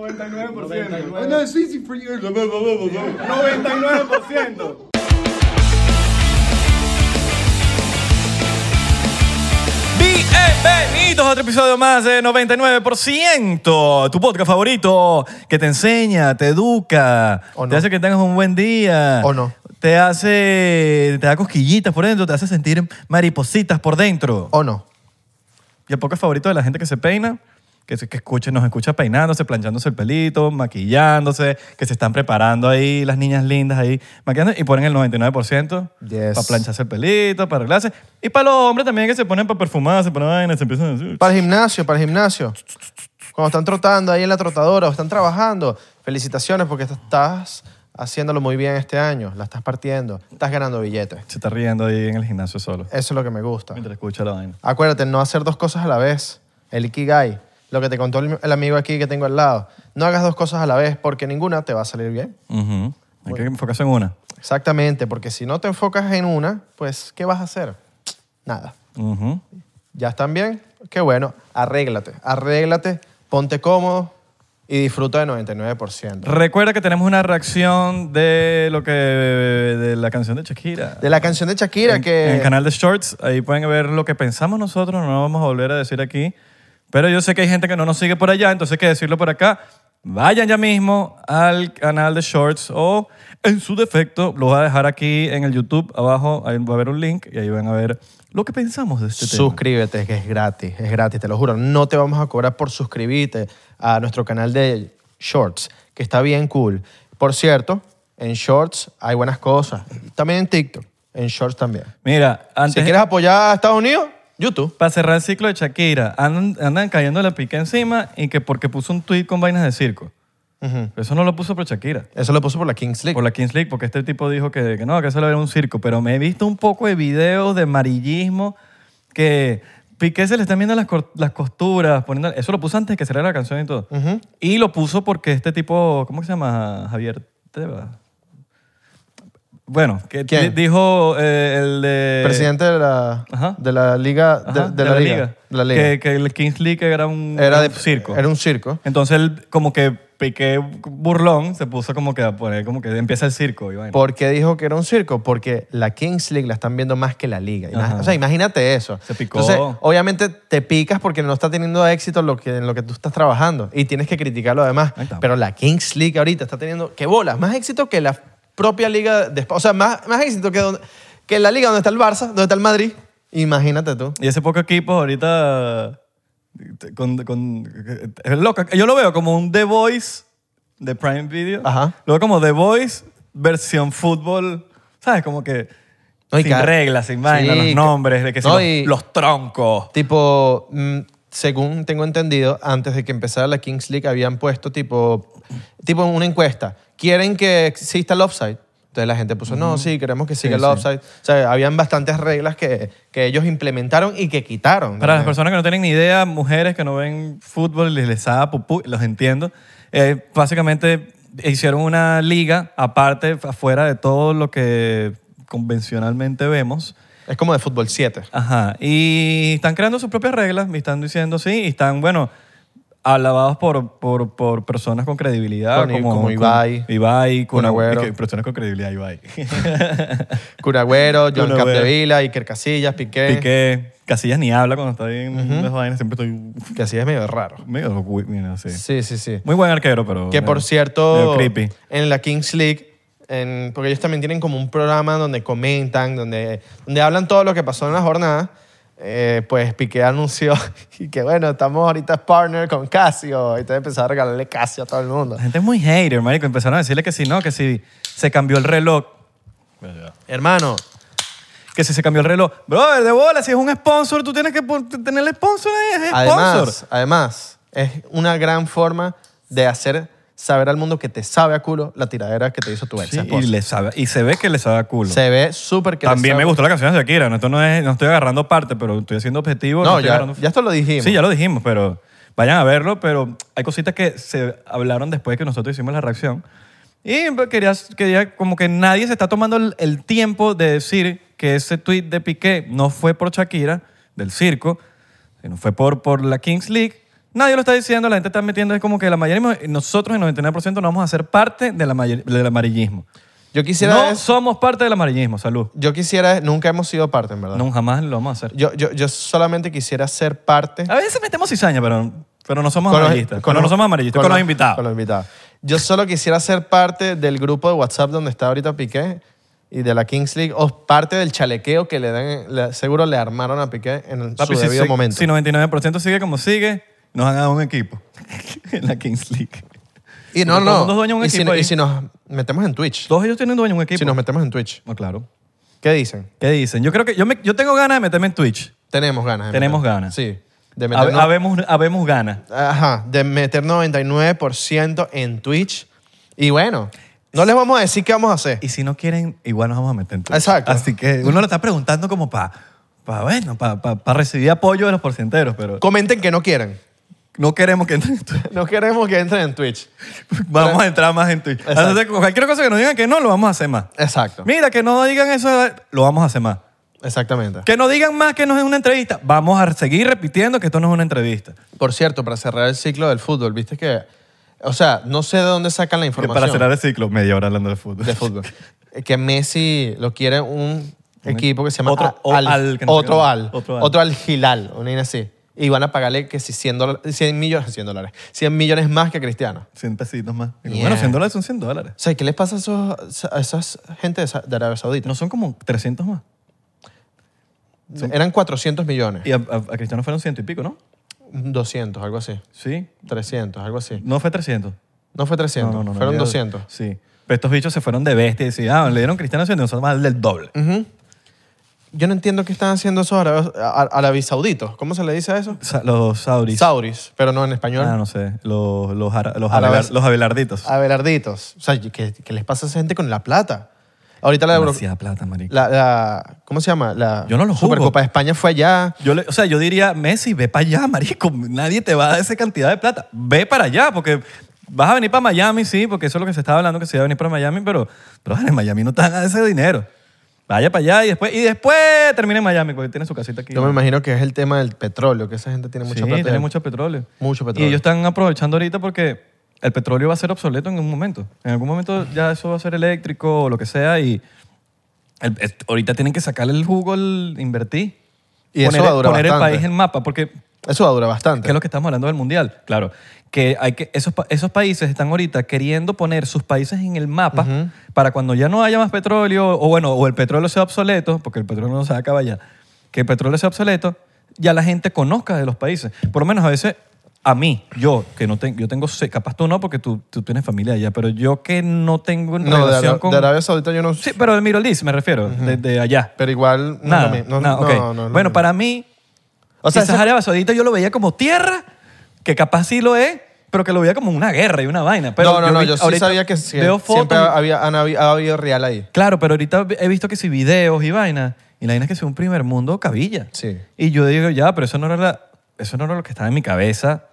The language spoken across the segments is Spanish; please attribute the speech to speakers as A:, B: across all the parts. A: 99%.
B: I know it's easy for you. Blah, blah, blah, blah, blah.
A: 99%.
C: Bienvenidos a otro episodio más de 99%, tu podcast favorito que te enseña, te educa,
D: O no.
C: te hace que tengas un buen día.
D: O no.
C: Te hace, te da cosquillitas por dentro, te hace sentir maripositas por dentro.
D: ¿O no?
C: Y el podcast favorito de la gente que se peina, que, se- que escuche, nos escucha peinándose, planchándose el pelito, maquillándose, que se están preparando ahí las niñas lindas ahí maquillándose y ponen el 99%
D: Yes.
C: para plancharse el pelito, para arreglarse. Y para los hombres también que se ponen para perfumarse, para vainas, se empiezan a decir...
D: Para el gimnasio, para el gimnasio. Cuando están trotando ahí en la trotadora o están trabajando, felicitaciones porque estás haciéndolo muy bien este año. La estás partiendo. Estás ganando billetes.
C: Se está riendo ahí en el gimnasio solo.
D: Eso es lo que me gusta.
C: Mientras escucha la vaina.
D: Acuérdate, no hacer dos cosas a la vez. El Ikigai. Lo que te contó el el amigo aquí que tengo al lado. No hagas dos cosas a la vez porque ninguna te va a salir bien.
C: Ujú. Hay que enfocarse en una.
D: Exactamente, porque si no te enfocas en una, pues, ¿qué vas a hacer? Nada.
C: Ujú.
D: ¿Ya están bien? Qué bueno. Arréglate, arréglate, ponte cómodo y disfruta del 99%.
C: Recuerda que tenemos una reacción de lo que de la canción de Shakira.
D: De la canción de Shakira
C: en,
D: que...
C: en el canal de Shorts, ahí pueden ver lo que pensamos nosotros, no lo vamos a volver a decir aquí. Pero yo sé que hay gente que no nos sigue por allá, entonces hay que decirlo por acá. Vayan ya mismo al canal de Shorts o, en su defecto, lo voy a dejar aquí en el YouTube abajo. Ahí va a haber un link y ahí van a ver lo que pensamos de este tema.
D: Suscríbete, que es gratis, es gratis, te lo juro. No te vamos a cobrar por suscribirte a nuestro canal de Shorts, que está bien cool. Por cierto, en Shorts hay buenas cosas. También en TikTok, en Shorts también.
C: Mira, antes.
D: Si quieres apoyar a Estados Unidos, YouTube.
C: Para cerrar el ciclo de Shakira, andan, andan cayendo la pica encima y que porque puso un tweet con vainas de circo.
D: Ujú.
C: Eso no lo puso por Shakira,
D: Eso lo puso por la Kings League.
C: por la Kings League, porque este tipo dijo que, que no, que eso lo era un circo. Pero me he visto un poco de videos de amarillismo que Piqué se le están viendo las, cor- las costuras. Poniendo, eso lo puso antes de que cerrara la canción y todo. Y lo puso porque este tipo, ¿cómo que se llama? Javier Tebas. Bueno, que
D: ¿Quién?
C: di- dijo eh, el de...
D: Presidente de la,
C: Ajá.
D: de la liga. De,
C: Ajá,
D: de la, liga. de la liga.
C: Que, que el Kings League era un,
D: era
C: un
D: de
C: circo.
D: Era un circo.
C: Entonces él como que piqué burlón, se puso como que a poner como que empieza el circo. Y vaina.
D: ¿Por qué dijo que era un circo? Porque la Kings League la están viendo más que la liga. Imag-
C: Ajá.
D: O sea, imagínate eso.
C: Se picó.
D: Entonces, obviamente te picas porque no está teniendo éxito lo que, en lo que tú estás trabajando y tienes que criticarlo además.
C: Ahí está.
D: Pero la Kings League ahorita está teniendo, qué bolas, más éxito que la propia liga de Espa- O sea, más, más éxito que, donde- que la liga donde está el Barça, donde está el Madrid. Imagínate tú.
C: Y ese poco equipo ahorita eh, con, con- es loco. Yo lo veo como un The Voice de Prime Video.
D: Ajá.
C: Lo veo como The Voice versión fútbol, ¿sabes? Como que
D: No, y
C: sin
D: cada-
C: reglas, sin vaina,
D: Sí,
C: los
D: que-
C: nombres, de que si
D: No,
C: los,
D: y-
C: los troncos.
D: Tipo, mm, según tengo entendido, antes de que empezara la Kings League habían puesto tipo, tipo una encuesta. ¿Quieren que exista el offside? Entonces la gente puso, no, sí, queremos que siga el
C: sí.
D: offside. O sea, habían bastantes reglas que, que ellos implementaron y que quitaron.
C: Para las
D: también.
C: personas que no tienen ni idea, mujeres que no ven fútbol, les, les da pupú, los entiendo. Eh, básicamente hicieron una liga aparte, afuera de todo lo que convencionalmente vemos.
D: Es como de fútbol 7.
C: Ajá. Y están creando sus propias reglas, me están diciendo sí, y están, bueno, alabados por, por, por personas con credibilidad.
D: Con- como Ibai,
C: con- Ibai,
D: Kun
C: con,
D: Agüero.
C: es que personas con credibilidad, Ibai.
D: Curagüero, Joan
C: Kun Agüero.
D: Capdevila, Iker Casillas, Piqué.
C: Piqué, Casillas ni habla cuando está bien en las vainas, siempre estoy
D: Que así es medio raro.
C: medio, mira, sí.
D: Sí, sí, sí.
C: Muy buen arquero, pero.
D: Que por
C: medio-
D: cierto,
C: medio creepy.
D: en la Kings League, en- porque ellos también tienen como un programa donde comentan, donde, donde hablan todo lo que pasó en la jornada, eh, pues Piqué anunció y que bueno, estamos ahorita partner con Casio. Y te empezó a regalarle Casio a todo el mundo.
C: La gente es muy hater, marico. Empezaron a decirle que si no, que si se cambió el reloj.
D: Hermano,
C: Que si se cambió el reloj. Brother, de bola, si es un sponsor, tú tienes que pon- tener el sponsor. Es es sponsor.
D: además, además, es una gran forma de hacer saber al mundo que te sabe a culo la tiradera que te hizo tu ex
C: Sí, y,
D: esposa.
C: le sabe- y se ve que le sabe a culo.
D: Se ve súper que le
C: También
D: sabe.
C: me gustó la canción de Shakira. No, esto no, es, no estoy agarrando parte, pero estoy haciendo objetivo.
D: No,
C: estoy
D: ya,
C: agarrando-
D: ya esto lo dijimos.
C: Sí, ya lo dijimos, pero vayan a verlo. Pero hay cositas que se hablaron después que nosotros hicimos la reacción. Y pues, quería, quería como que nadie se está tomando el, el tiempo de decir que ese tweet de Piqué no fue por Shakira, del circo, sino fue por, por la Kings League. Nadie lo está diciendo, la gente está metiendo, es como que el amarillismo, nosotros el 99% no vamos a ser parte del, amari- del amarillismo.
D: Yo quisiera.
C: No
D: es-
C: somos parte del amarillismo, salud.
D: yo quisiera. Nunca hemos sido parte, en verdad.
C: No, jamás lo vamos a hacer.
D: Yo, yo, yo solamente quisiera ser parte.
C: A veces metemos cizaña, pero, pero no Ah, somos
D: con los-
C: amarillistas.
D: con
C: Pero no
D: los-
C: somos amarillistas, con los invitados.
D: Con los invitados. Yo solo quisiera ser parte del grupo de WhatsApp donde está ahorita Piqué y de la Kings League o parte del chalequeo que le dan, le- seguro le armaron a Piqué en el,
C: Papi,
D: su
C: si,
D: debido
C: si-
D: momento.
C: si 99% sigue como sigue, nos han dado un equipo en la Kings League.
D: y
C: todo
D: no,
C: el mundo es
D: no.
C: dueño de un
D: y, si,
C: equipo
D: y
C: ahí.
D: si nos metemos en Twitch.
C: Todos ellos tienen dueño un equipo.
D: Si nos metemos en Twitch.
C: No, claro.
D: ¿Qué dicen?
C: ¿Qué dicen? Yo creo que yo, me- yo tengo ganas de meterme en Twitch.
D: Tenemos ganas. de
C: Tenemos
D: meter-
C: ganas.
D: Sí. De
C: Habe-
D: meternos,
C: Habemos, habemos ganas.
D: ajá, de meter 99% en Twitch. Y bueno, no les vamos a decir qué vamos a hacer.
C: Y si no quieren, igual nos vamos a meter en Twitch.
D: Exacto.
C: Así que uno lo está preguntando como para pa, bueno, pa, pa- pa recibir apoyo de los porcenteros, pero
D: Comenten que no quieren.
C: no queremos que entren en Twitch.
D: No queremos que entren en Twitch.
C: Vamos a entrar más en Twitch.
D: Exacto.
C: Entonces, cualquier cosa que nos digan que no, lo vamos a hacer más.
D: Exacto.
C: Mira, que no digan eso, lo vamos a hacer más.
D: Exactamente.
C: Que no digan más que no es una entrevista. Vamos a seguir repitiendo que esto no es una entrevista.
D: Por cierto, para cerrar el ciclo del fútbol, viste que. O sea, no sé de dónde sacan la
C: Que
D: información.
C: para cerrar el ciclo, media hora hablando de fútbol.
D: De fútbol. Eh, que Messi lo quiere un equipo que se llama
C: Otro
D: A-
C: Al- Al- que no sé
D: otro,
C: qué.
D: al,
C: Otro
D: otro
C: Al.
D: Al. Hilal, una vaina así. Y van a pagarle que si 100, dola- 100 millones, 100 dólares, 100 millones más que Cristiano.
C: 100 pesitos más. Y
D: Yeah.
C: Bueno, 100 dólares son 100 dólares.
D: O sea, ¿qué les pasa a, esos, a esas gente de, Sa- de Arabia Saudita?
C: No son como 300 más.
D: Eran 400 millones,
C: Y a, a- a Cristiano fueron ciento y pico, ¿no?
D: 200, algo así.
C: Sí.
D: 300, algo así.
C: No fue 300.
D: No fue 300,
C: No, no, no, no,
D: fueron
C: ya-
D: 200.
C: Sí. Pero estos bichos se fueron de bestia y decían, ah, le dieron Cristiano 100, nosotros más del doble.
D: Ujú. Yo no entiendo qué están haciendo esos árabes- a- a- arabisauditos. ¿Cómo se le dice a eso?
C: Sa- los sauris.
D: Sauris, pero no en español.
C: Ah, no sé. Los, los, ara- los,
D: Árabes.
C: abelar- los abelarditos.
D: Abelarditos. O sea, ¿qué, qué les pasa a esa gente con la plata? Ahorita la, Euro-
C: Demasiada plata, marico.
D: la, la- ¿Cómo se llama? La
C: Yo no lo juzgo.
D: Supercopa de España fue allá.
C: Yo le- o sea, yo diría, Messi, ve para allá, marico. Nadie te va a dar esa cantidad de plata. Ve para allá, porque vas a venir para Miami, sí, porque eso es lo que se estaba hablando, que se iba a venir para Miami, pero, pero en Miami no te dan ese dinero. Vaya para allá y después, y después termina en Miami, porque tiene su casita aquí.
D: Yo me imagino que es el tema del petróleo, que esa gente tiene mucha
C: sí,
D: plata.
C: tiene mucho petróleo.
D: Mucho petróleo.
C: Y ellos están aprovechando ahorita porque el petróleo va a ser obsoleto en un momento. En algún momento ya eso va a ser eléctrico o lo que sea y el- es- ahorita tienen que sacarle el jugo al invertir.
D: Y eso
C: poner,
D: va a durar
C: poner el
D: bastante.
C: país en mapa porque
D: Eso va a durar
C: que es
D: bastante.
C: lo que estamos hablando del mundial. Claro, que, hay que esos, pa- esos países están ahorita queriendo poner sus países en el mapa para cuando ya no haya más petróleo, o bueno, o el petróleo sea obsoleto, porque el petróleo no se acaba ya, que el petróleo sea obsoleto, ya la gente conozca de los países. Por lo menos a veces, a mí, yo, que no tengo, yo tengo, se- capaz tú no, porque tú, tú tienes familia allá, pero yo que no tengo
D: No, de,
C: relación
D: Ara-
C: con...
D: de Arabia Saudita yo no
C: Sí, pero del Middle East me refiero, de, de allá.
D: Pero igual. no
C: Nada,
D: es lo mismo. No,
C: nada,
D: no,
C: ok.
D: no, no es lo
C: bueno,
D: mismo.
C: para mí,
D: O sea,
C: quizás
D: ese-
C: Arabia Saudita yo lo veía como tierra, que capaz sí lo es, pero que lo veía como una guerra y una vaina. Pero
D: no, no, no,
C: vi-
D: yo sí
C: ahorita
D: sabía que sie-
C: veo
D: siempre
C: fotos. y-
D: había, han habi- ha habido real ahí.
C: Claro, pero ahorita vi- he visto que sí videos y vainas, y la vaina es que es un primer mundo cabilla.
D: Sí.
C: Y yo digo, ya, pero eso no era, la- eso no era lo que estaba en mi cabeza.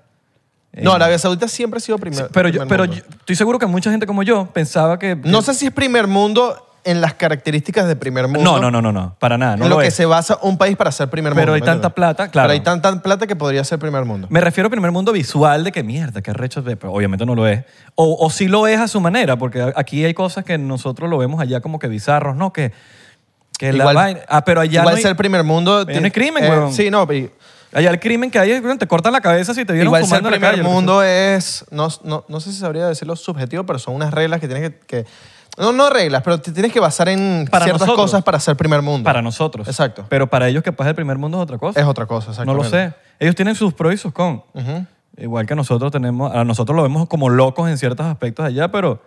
C: Eh,
D: No, Arabia Saudita siempre ha sido primer,
C: Pero, yo,
D: primer
C: pero
D: mundo.
C: yo- estoy seguro que mucha gente como yo pensaba que...
D: No sé si es primer mundo en las características de primer mundo.
C: no, no, no, no, no, para nada. No
D: en lo, que
C: es.
D: se basa un país para ser primer
C: Pero
D: mundo.
C: hay
D: ¿me
C: tanta
D: entiendes?
C: plata, claro.
D: Pero hay tanta plata que podría ser primer mundo.
C: Me refiero al primer mundo visual de que mierda, qué recho. de- pero Obviamente no lo es. O, o sí lo es a su manera, porque a- aquí hay cosas que nosotros lo vemos allá como que bizarros, ¿no? Que, que
D: Igual-
C: la vaina. Ah, pero allá.
D: Igual
C: no hay-
D: ser primer mundo. eh,
C: allá no hay crimen, huevón.
D: Sí, no. y-
C: Allá el crimen que hay es que te cortan la cabeza si te vieron
D: Igual ser
C: fumando en la
D: primer
C: calle, lo que
D: mundo es. No, no, no sé si sabría decirlo subjetivo, pero son unas reglas que tienes que. que- no, no reglas, pero te tienes que basar en
C: Para
D: ciertas
C: nosotros.
D: cosas para ser primer mundo.
C: sea. Para nosotros.
D: Exacto.
C: Pero para ellos, capaz el primer mundo es otra cosa.
D: Es otra cosa,
C: No lo
D: exactamente.
C: sé. Ellos tienen sus pros y sus cons.
D: Ujú.
C: Igual que nosotros tenemos. A nosotros lo vemos como locos en ciertos aspectos allá, pero.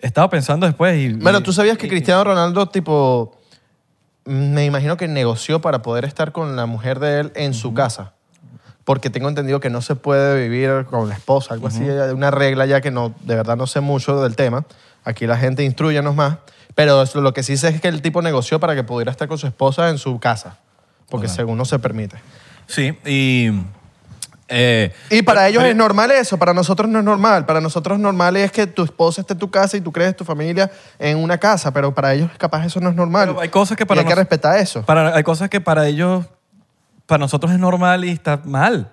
C: Estaba pensando después y.
D: Bueno,
C: y-
D: tú sabías que Cristiano Ronaldo, tipo. Me imagino que negoció para poder estar con la mujer de él en su casa. Porque tengo entendido que no se puede vivir con la esposa, algo así. Hay una regla ya que no, de verdad no sé mucho del tema. Aquí la gente instruyanos más. Pero eso- lo que sí sé es que el tipo negoció para que pudiera estar con su esposa en su casa. Porque según no se permite.
C: Sí, y. eh,
D: Y para ellos es normal eso, para nosotros no es normal. Para nosotros normal es que tu esposa esté en tu casa y tú crees tu familia en una casa, pero para ellos capaz eso no es normal.
C: Pero hay cosas que para
D: y hay que
C: nos-
D: respetar eso.
C: Para, hay cosas que para ellos, para nosotros es normal y está mal.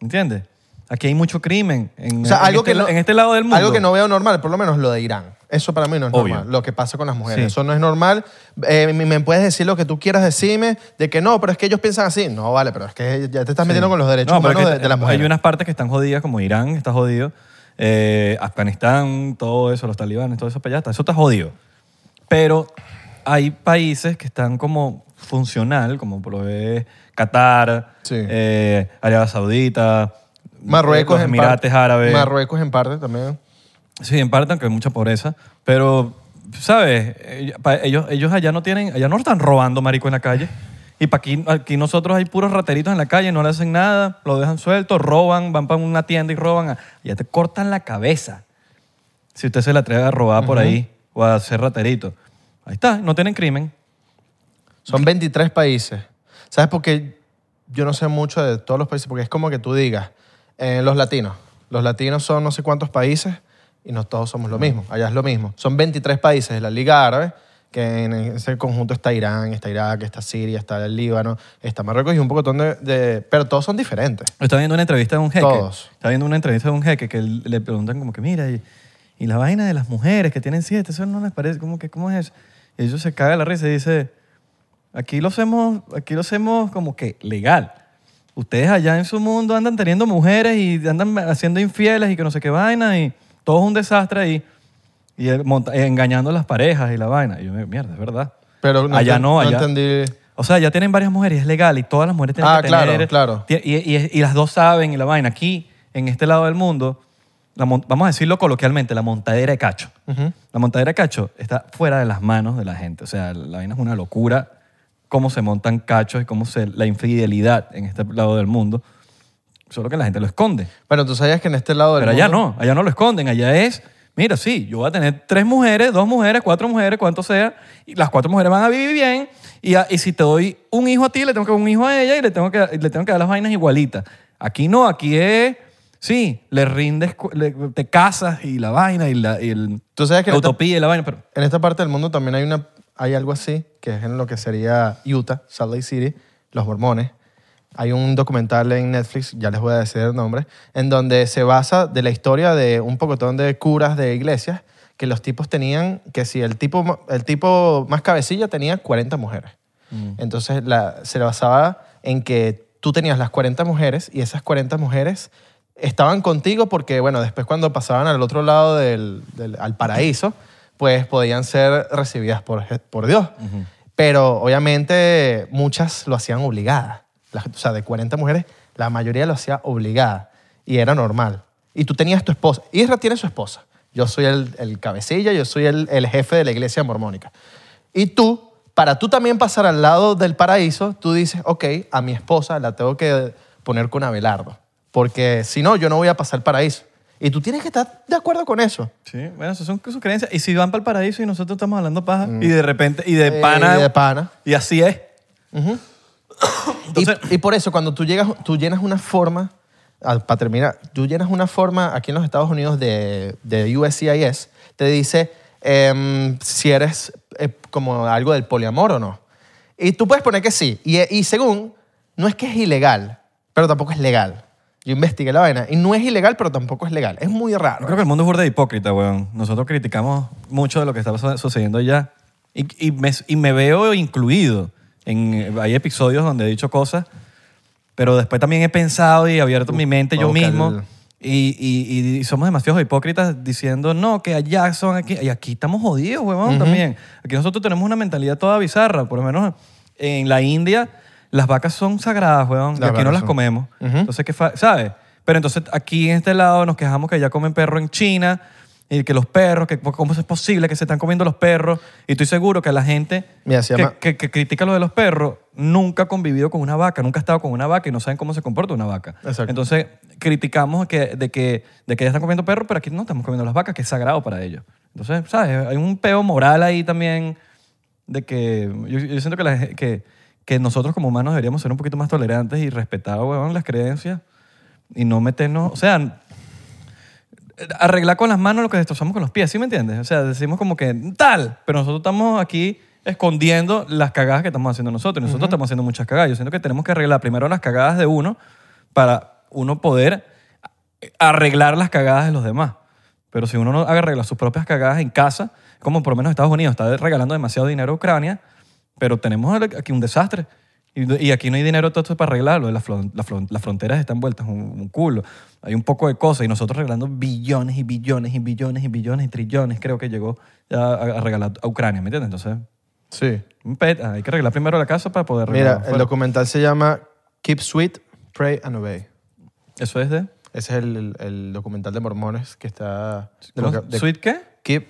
C: ¿Entiendes? Aquí hay mucho crimen en,
D: O sea,
C: en
D: algo
C: este,
D: que no-
C: en este lado del mundo.
D: Algo que no veo normal, por lo menos lo de Irán. Eso para mí no es
C: Obvio.
D: normal, lo que pasa con las mujeres.
C: Sí.
D: Eso no es normal. Eh, me- me puedes decir lo que tú quieras decirme, de que no, pero es que ellos piensan así. No, vale, pero es que ya te estás metiendo con los derechos
C: No, pero
D: humanos
C: es que
D: de, de las mujeres.
C: Hay unas partes que están jodidas, como Irán está jodido, eh, Afganistán, todo eso, los talibanes, todo eso para allá está. Eso está jodido. Pero hay países que están como funcional, como por lo es Qatar,
D: Sí.
C: eh, Arabia Saudita,
D: Marruecos
C: los
D: en
C: Emirates
D: parte.
C: Árabes.
D: Marruecos en parte también.
C: Sí, en parte, aunque hay mucha pobreza. Pero, ¿sabes? Eh, pa- Ellos, ellos allá no tienen, allá no están robando marico en la calle. Y para aquí, aquí nosotros hay puros rateritos en la calle, no le hacen nada, lo dejan suelto, roban, van para una tienda y roban. Ya te cortan la cabeza. Si usted se la atreve a robar por ahí o a ser raterito. Ahí está, no tienen crimen.
D: Son 23 países. ¿Sabes por qué yo no sé mucho de todos los países? Porque es como que tú digas, eh, los latinos. Los latinos son no sé cuántos países y no todos somos lo mismo. Allá es lo mismo. Son 23 países de la Liga Árabe, que en ese conjunto está Irán, está Irak, está Siria, está el Líbano, está Marruecos y un pocotón de... de- pero todos son diferentes.
C: Estaba viendo una entrevista de un jeque.
D: Todos.
C: Estaba viendo una entrevista de un jeque que le preguntan como que, mira, y, y la vaina de las mujeres que tienen siete, eso no les parece, como que, ¿cómo es eso? Y ellos se cagan la risa y dice, aquí lo hacemos, aquí lo hacemos como que legal. Ustedes allá en su mundo andan teniendo mujeres y andan haciendo infieles y que no sé qué vaina y todo es un desastre ahí. Y él monta- engañando a las parejas y la vaina. Y yo, mierda, es verdad.
D: Pero no
C: allá
D: enten-
C: no, allá.
D: entendí...
C: O sea, ya tienen varias mujeres, es legal, y todas las mujeres tienen
D: Ah,
C: que
D: claro,
C: tener-
D: claro.
C: ti- Y, y- y las dos saben y la vaina. Aquí, en este lado del mundo, la mon- vamos a decirlo coloquialmente, la montadera de cacho. La montadera de cacho está fuera de las manos de la gente. O sea, la vaina es una locura cómo se montan cachos y cómo se, la infidelidad en este lado del mundo. Solo que la gente lo esconde.
D: Bueno, tú sabías que en este lado del
C: Pero allá
D: mundo-
C: no, allá no lo esconden, allá es, mira, sí, yo voy a tener tres mujeres, dos mujeres, cuatro mujeres, cuanto sea, y las cuatro mujeres van a vivir bien, y, a- y si te doy un hijo a ti, le tengo que dar un hijo a ella y le tengo que, y le tengo que dar las vainas igualitas. Aquí no, aquí es, sí, le rindes, cu- le- te casas y la vaina y la, y el-
D: Tú sabes que
C: la
D: en esta-
C: utopía y la vaina, pero
D: En esta parte del mundo también hay, una, hay algo así, que es en lo que sería Utah, Salt Lake City, los mormones. Hay un documental en Netflix, ya les voy a decir el nombre, en donde se basa de la historia de un pocotón de curas de iglesias que los tipos tenían, que si el tipo, ma- el tipo más cabecilla tenía 40 mujeres. Entonces la, se basaba en que tú tenías las 40 mujeres y esas 40 mujeres estaban contigo porque, bueno, después cuando pasaban al otro lado del, del- al paraíso, pues podían ser recibidas por, Je- por Dios. Pero obviamente muchas lo hacían obligada. Las- o sea, de 40 mujeres, la mayoría lo hacía obligada y era normal. Y tú tenías tu esposa. Isra tiene su esposa. Yo soy el, el cabecilla, yo soy el, el jefe de la iglesia mormónica. Y tú, para tú también pasar al lado del paraíso, tú dices, ok, a mi esposa la tengo que poner con Abelardo, porque si no, yo no voy a pasar al paraíso. Y tú tienes que estar de acuerdo con eso.
C: sí, bueno, eso son sus creencias. Y si van para el paraíso y nosotros estamos hablando paja, y de repente, y de
D: Mm. Eh,
C: pana,
D: de pana.
C: y así es.
D: Y-
C: Entonces-
D: y, por eso, cuando tú, llegas, tú llenas una forma, para terminar, tú llenas una forma aquí en los Estados Unidos de, de USCIS, te dice em, si eres eh, como algo del poliamor o no. Y tú puedes poner que sí. Y, eh, y según, no es que es ilegal, pero tampoco es legal. Yo investigué la vaina. Y no es ilegal, pero tampoco es legal. Es muy
C: Yo
D: raro.
C: creo que el mundo es burda de hipócrita, weón. Nosotros criticamos mucho de lo que está su- sucediendo allá. Y, y me, y me veo incluido. En, hay episodios donde he dicho cosas, pero después también he pensado y abierto mi mente yo
D: ok.
C: mismo. Y, y- y somos demasiados hipócritas diciendo, no, que allá son aquí. Y aquí estamos jodidos, huevón, también. Aquí nosotros tenemos una mentalidad toda bizarra. Por lo menos en la India, las vacas son sagradas, huevón. y
D: Las
C: aquí no
D: vacas
C: las
D: son-
C: comemos. Entonces, ¿qué fa- ¿sabes? Pero entonces aquí en este lado nos quejamos que ya comen perro en China y que los perros, que cómo es posible que se están comiendo los perros. Y estoy seguro que la gente
D: Mira, se
C: que-
D: llama-
C: que, que critica lo de los perros nunca ha convivido con una vaca, nunca ha estado con una vaca y no saben cómo se comporta una vaca.
D: Exacto.
C: Entonces criticamos que, de, que, de que ya están comiendo perros, pero aquí no estamos comiendo las vacas, que es sagrado para ellos. Entonces, ¿sabes? Hay un peo moral ahí también de que yo, yo siento que, la ge- que, que nosotros como humanos deberíamos ser un poquito más tolerantes y respetar, huevón, las creencias y no meternos, o sea, arreglar con las manos lo que destrozamos con los pies, ¿sí me entiendes? O sea, decimos como que tal, pero nosotros estamos aquí escondiendo las cagadas que estamos haciendo nosotros. Y Nosotros estamos haciendo muchas cagadas. Yo siento que tenemos que arreglar primero las cagadas de uno para uno poder arreglar las cagadas de los demás. Pero si uno no arregla sus propias cagadas en casa, como por lo menos Estados Unidos está regalando demasiado dinero a Ucrania, pero tenemos aquí un desastre. Y, y aquí no hay dinero todo esto para arreglarlo. Las, flon- las flon- las fronteras están vueltas un, un culo. Hay un poco de cosas y nosotros regalando billones y billones y billones y billones y trillones, creo que llegó ya a, a regalar a Ucrania, ¿me entiendes? Entonces,
D: Sí.
C: un pet, ah, hay que arreglar primero la casa para poder arreglar
D: Mira, el documental se llama Keep Sweet, Pray and Obey.
C: Eso es de...
D: Ese es el, el- el documental de mormones que está... de lo
C: ¿cómo?
D: que- de-
C: ¿Sweet qué?
D: Keep...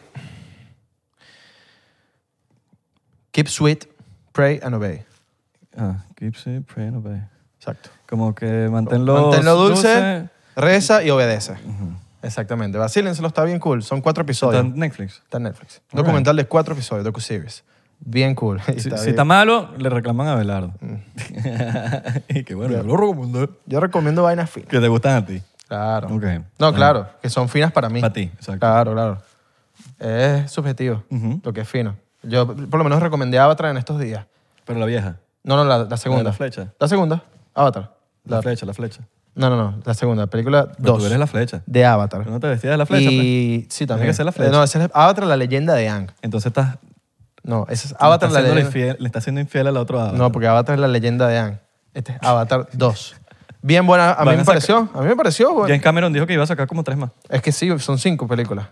D: Keep Sweet, Pray and Obey.
C: Ah, keep safe, pray and obey.
D: Exacto.
C: Como que manténlo,
D: Manténlo dulce, reza y obedece. Exactamente. Vacílenselo, está bien cool. Son cuatro
C: Está
D: episodios.
C: en Netflix.
D: Está en Netflix. Documental de cuatro episodios, docu-series. Bien cool.
C: Si
D: Y
C: si
D: está
C: está,
D: bien. Mm.
C: malo, le reclaman a Belardo. y que bueno, yo lo recomendé.
D: Yo recomiendo vainas finas.
C: Que te gustan a ti.
D: Claro.
C: Ok.
D: No, claro, que son finas para mí.
C: Para ti, exacto.
D: Claro, claro. Es subjetivo lo que es fino. Yo por lo menos recomendé Avatar en estos días.
C: Pero la vieja.
D: No, no, la, la segunda.
C: la flecha?
D: La segunda, Avatar.
C: La, flecha, la flecha.
D: No, no, no, la segunda, película
C: Pero
D: 2
C: Tú eres la flecha.
D: de Avatar.
C: Pero no te vestías de la flecha. pues.
D: y sí, también.
C: que ser la
D: Eh,
C: flecha.
D: no, esa es Avatar, la leyenda de Ang.
C: pues. Entonces estás.
D: No, esa es
C: Avatar
D: Avatar, la leyenda.
C: le está haciendo infiel a la otra.
D: No, porque Avatar es la leyenda de Ang. Este es Avatar 2. Bien buena, a
C: Van
D: mí
C: a
D: me
C: sacar-
D: pareció. A mí me pareció, pues, bueno.
C: James Cameron dijo que iba a sacar como tres más.
D: Es que sí, son cinco películas.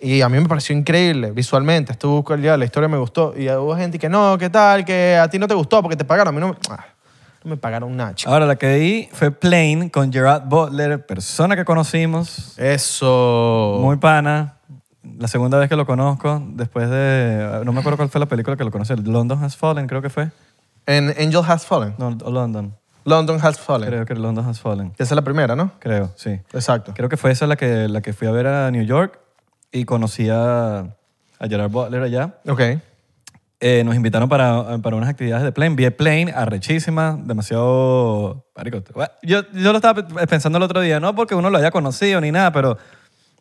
D: Y a mí me pareció increíble visualmente. Estuvo calidad, la historia me gustó. Y hubo gente que no, ¿qué tal? Que a ti no te gustó porque te pagaron. A mí no me, ah, no me pagaron nada, chico.
C: Ahora, la que di fue Plane con Gerard Butler, persona que conocimos.
D: Eso.
C: Ah. Muy pana. La segunda vez que lo conozco, después de. No me acuerdo cuál fue la película que lo conocí. London Has Fallen, creo que fue.
D: En Angel Has Fallen.
C: No, o London.
D: London Has Fallen.
C: Creo que London Has Fallen.
D: Esa es la primera, ¿no?
C: Creo, sí.
D: Exacto.
C: Creo que fue esa la que, la que fui a ver a New York y conocí a, a Gerard Butler allá.
D: Ok.
C: Eh, nos invitaron para, para unas actividades de plane. Vi el plane, arrechísima, demasiado... marico, bueno, yo, yo lo estaba pe- pensando el otro día, no porque uno lo haya conocido ni nada, pero,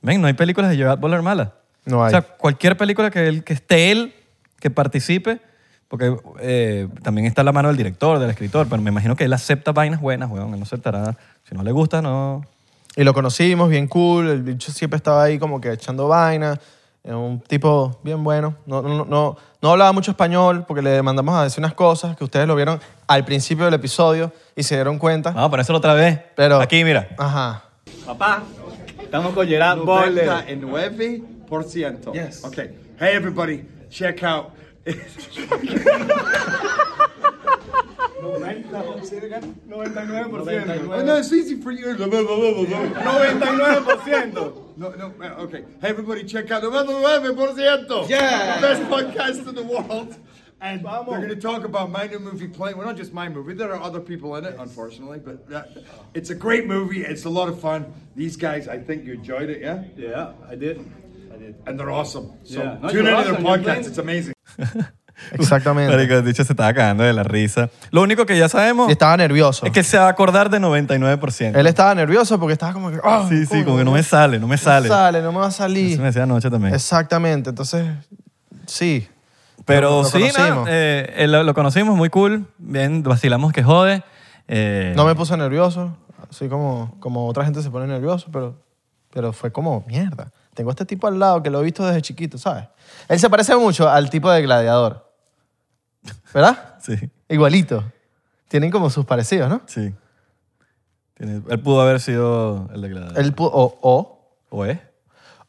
C: ven, no hay películas de Gerard Butler malas.
D: No hay.
C: O sea, cualquier película que, él- que esté él, que participe, porque eh, también está la mano del director, del escritor, pero me imagino que él acepta vainas buenas, weón. Él no aceptará... Si no le gusta, no...
D: Y lo conocimos, bien cool. El bicho siempre estaba ahí como que echando vaina. Era un tipo bien bueno. No, no, no, no hablaba mucho español porque le mandamos a decir unas cosas que ustedes lo vieron al principio del episodio y se dieron cuenta.
C: Vamos a ponérselo otra vez.
D: Pero-
C: Aquí, mira.
D: Ajá.
A: Papá, estamos con Gerard Butler.
B: 99%.
A: Yes.
B: Okay. Hey, everybody, check out. I
A: 99%.
B: know it's easy for you. Blah, blah, blah, blah, blah.
A: 99%.
B: No, no, uh, okay. Hey, everybody, check out 99%.
A: Yeah.
B: The best podcast in the world. And
A: Vamos.
B: they're going to talk about my new movie, Plane. Well, not just my movie. There are other people in it, unfortunately. But that, it's a great movie. It's a lot of fun. These guys, I think you enjoyed it, yeah?
A: Yeah, I did. I did.
B: And they're awesome. So
A: Yeah. No,
B: tune into
A: you're
B: their
A: awesome. You're
B: podcast.
A: playing-
B: It's amazing.
D: Exactamente.
C: Marico, el dicho se estaba cagando de la risa. Lo único que ya sabemos
D: Y estaba nervioso.
C: es que se va a acordar de 99%.
D: Él estaba nervioso porque estaba como que. ah,
C: sí, sí,
D: coño,
C: como que no me sale, no me
D: No
C: sale.
D: sale, no me va a
C: Eso me
D: salir.
C: decía anoche también.
D: Exactamente. Entonces, sí.
C: Pero
D: lo- lo
C: sí, nada,
D: conocimos.
C: eh, eh, lo, lo conocimos, muy cool. Bien, vacilamos que jode. Eh,
D: No me puse nervioso, así como, como otra gente se pone nervioso, pero, pero fue como, mierda, tengo a este tipo al lado que lo he visto desde chiquito, ¿sabes? Él se parece mucho al tipo de gladiador, ¿verdad?
C: Sí,
D: Igualito. Tienen como sus parecidos, ¿no?
C: sí. Tiene- él pudo haber sido el de Gladiador.
D: Él pu- o, o,
C: ¿O es?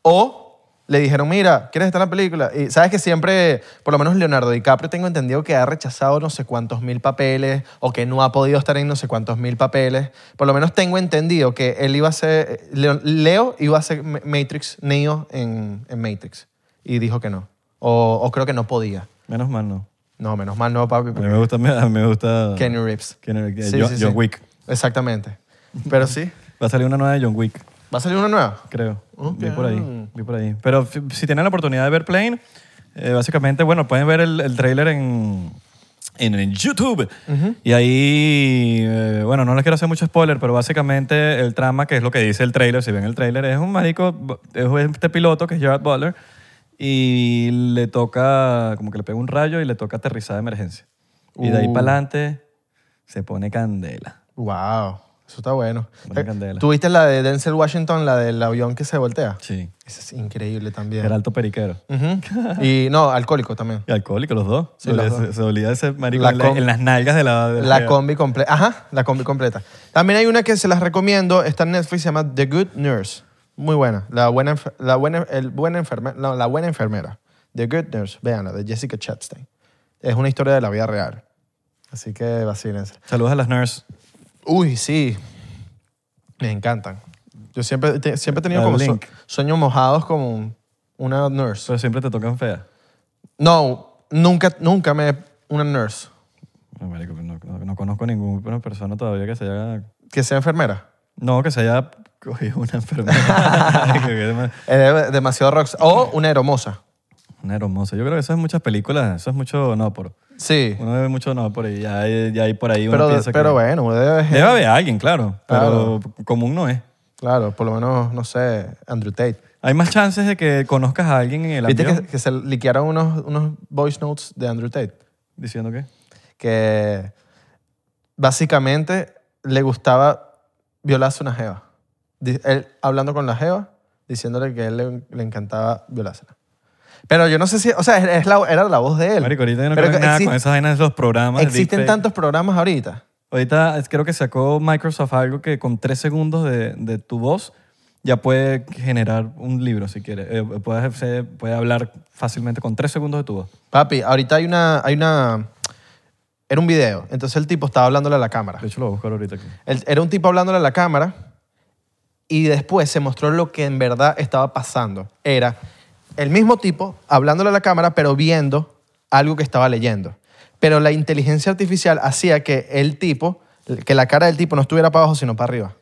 D: o le dijeron, mira, ¿quieres estar en la película? Y sabes que siempre, por lo menos Leonardo DiCaprio, tengo entendido que ha rechazado no sé cuántos mil papeles o que no ha podido estar en no sé cuántos mil papeles. Por lo menos tengo entendido que él iba a ser, Leo, Leo iba a ser Ma- Matrix, Neo en, en Matrix. Y dijo que no. O, o creo que no podía.
C: Menos mal, no.
D: No, menos mal no, papi.
C: A mí me gusta... A mí me gusta
D: Kenny Reeves.
C: Kenny Reeves,
D: Sí,
C: John,
D: sí, sí.
C: John Wick.
D: Exactamente. Pero sí,
C: Va a salir una nueva de John Wick.
D: va a salir una nueva.
C: creo.
D: Ok.
C: Vi por ahí. Vi por ahí. Pero f- si tienen la oportunidad de ver Plane, eh, básicamente, bueno, pueden ver el, el trailer en, en, en YouTube. Y ahí, eh, bueno, no les quiero hacer mucho spoiler, pero básicamente el trama, que es lo que dice el trailer, si ven el trailer, es un marico, bu- es este piloto que es Gerard Butler, y le toca, como que le pega un rayo y le toca aterrizar de emergencia. Y de ahí
D: Uh.
C: para adelante se pone candela.
D: Wow. Eso está bueno. Eh,
C: Buena candela.
D: ¿Tuviste la de Denzel Washington, la del avión que se voltea?
C: Sí.
D: Esa es increíble también.
C: Era alto periquero.
D: Ujú. Y no, alcohólico también.
C: Y alcohólico los dos.
D: Sí, los
C: Olía-
D: dos.
C: Se, se olía ese marico
D: La
C: en, la-
D: com-
C: en las nalgas de la... de
D: La combi completa. Ajá, la combi completa. También hay una que se las recomiendo. Está en Netflix, se llama The Good Nurse. Muy buena. La buena, enfer- la buena, el buena enfermera. No, la buena enfermera. The Good Nurse. Véanla, de Jessica Chastain. Es una historia de la vida real. Así que vacílense.
C: Saludos a las nurses.
D: Uy, sí. Me encantan. Yo siempre, te- siempre he tenido
C: Al
D: como so-
C: link.
D: sueños mojados como una nurse.
C: Pero siempre te tocan feas.
D: No, nunca, nunca me... Una nurse.
C: No, marico, no, no- no conozco ninguna persona todavía que se haya...
D: Que sea enfermera.
C: No, que se haya cogido una enfermedad.
D: Eh, demasiado rocks. O una hermosa.
C: una hermosa. Yo creo que eso es muchas películas. Eso es mucho no por...
D: Sí.
C: Uno ve mucho no por y ya, hay- ya hay por ahí uno
D: Pero,
C: piensa
D: pero
C: que...
D: bueno, uno debe-
C: Debe haber alguien, claro. Pero común no es.
D: Claro, por lo menos, no sé, Andrew Tate.
C: Hay más chances de que conozcas a alguien en el
D: ¿Viste
C: avión
D: que, que se liquearon unos, unos voice notes de Andrew Tate?
C: diciendo que...
D: Que básicamente le gustaba violarse una jeva. Di- Él hablando con la jeva, diciéndole que a él le, le encantaba violársela. Pero yo no sé si, o sea, es- es la- era la voz de él.
C: Marico, ahorita yo no
D: Pero
C: creo en
D: que
C: nada
D: exi-
C: con esas vainas de los programas. de
D: Existen
C: deepfake.
D: tantos programas ahorita.
C: Ahorita es- creo que sacó Microsoft algo que con tres segundos de, de tu voz ya puede generar un libro si quieres. Eh, puedes hacer- puedes hablar fácilmente con tres segundos de tu voz.
D: Papi, ahorita hay una, hay una, era un video. Entonces el tipo estaba hablándole a la cámara.
C: De hecho, lo voy a buscar ahorita aquí.
D: El- Era un tipo hablándole a la cámara y después se mostró lo que en verdad estaba pasando. Era el mismo tipo hablándole a la cámara, pero viendo algo que estaba leyendo. Pero la inteligencia artificial hacía que el tipo, que la cara del tipo no estuviera para abajo, sino para arriba.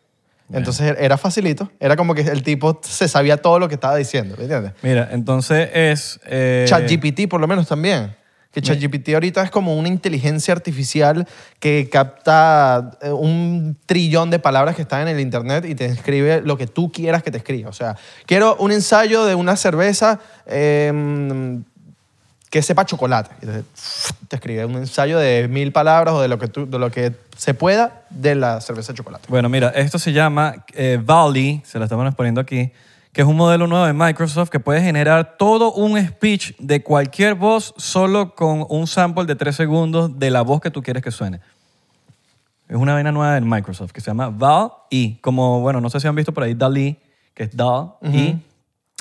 D: Entonces era facilito. Era como que el tipo se sabía todo lo que estaba diciendo, ¿me ¿entiendes?
C: Mira, entonces es... eh,
D: ChatGPT por lo menos también. Que ChatGPT ahorita es como una inteligencia artificial que capta eh, un trillón de palabras que están en el internet y te escribe lo que tú quieras que te escriba. O sea, quiero un ensayo de una cerveza eh, que sepa a chocolate. Y te, te escribe un ensayo de mil palabras o de lo que, tú- de lo que se pueda de la cerveza de chocolate.
C: Bueno, mira, esto se llama eh, Valley, se la estamos poniendo aquí, que es un modelo nuevo de Microsoft que puede generar todo un speech de cualquier voz solo con un sample de tres segundos de la voz que tú quieres que suene. Es una vaina nueva de Microsoft que se llama Valley. Como, bueno, no sé si han visto por ahí Dalí, que es Dal y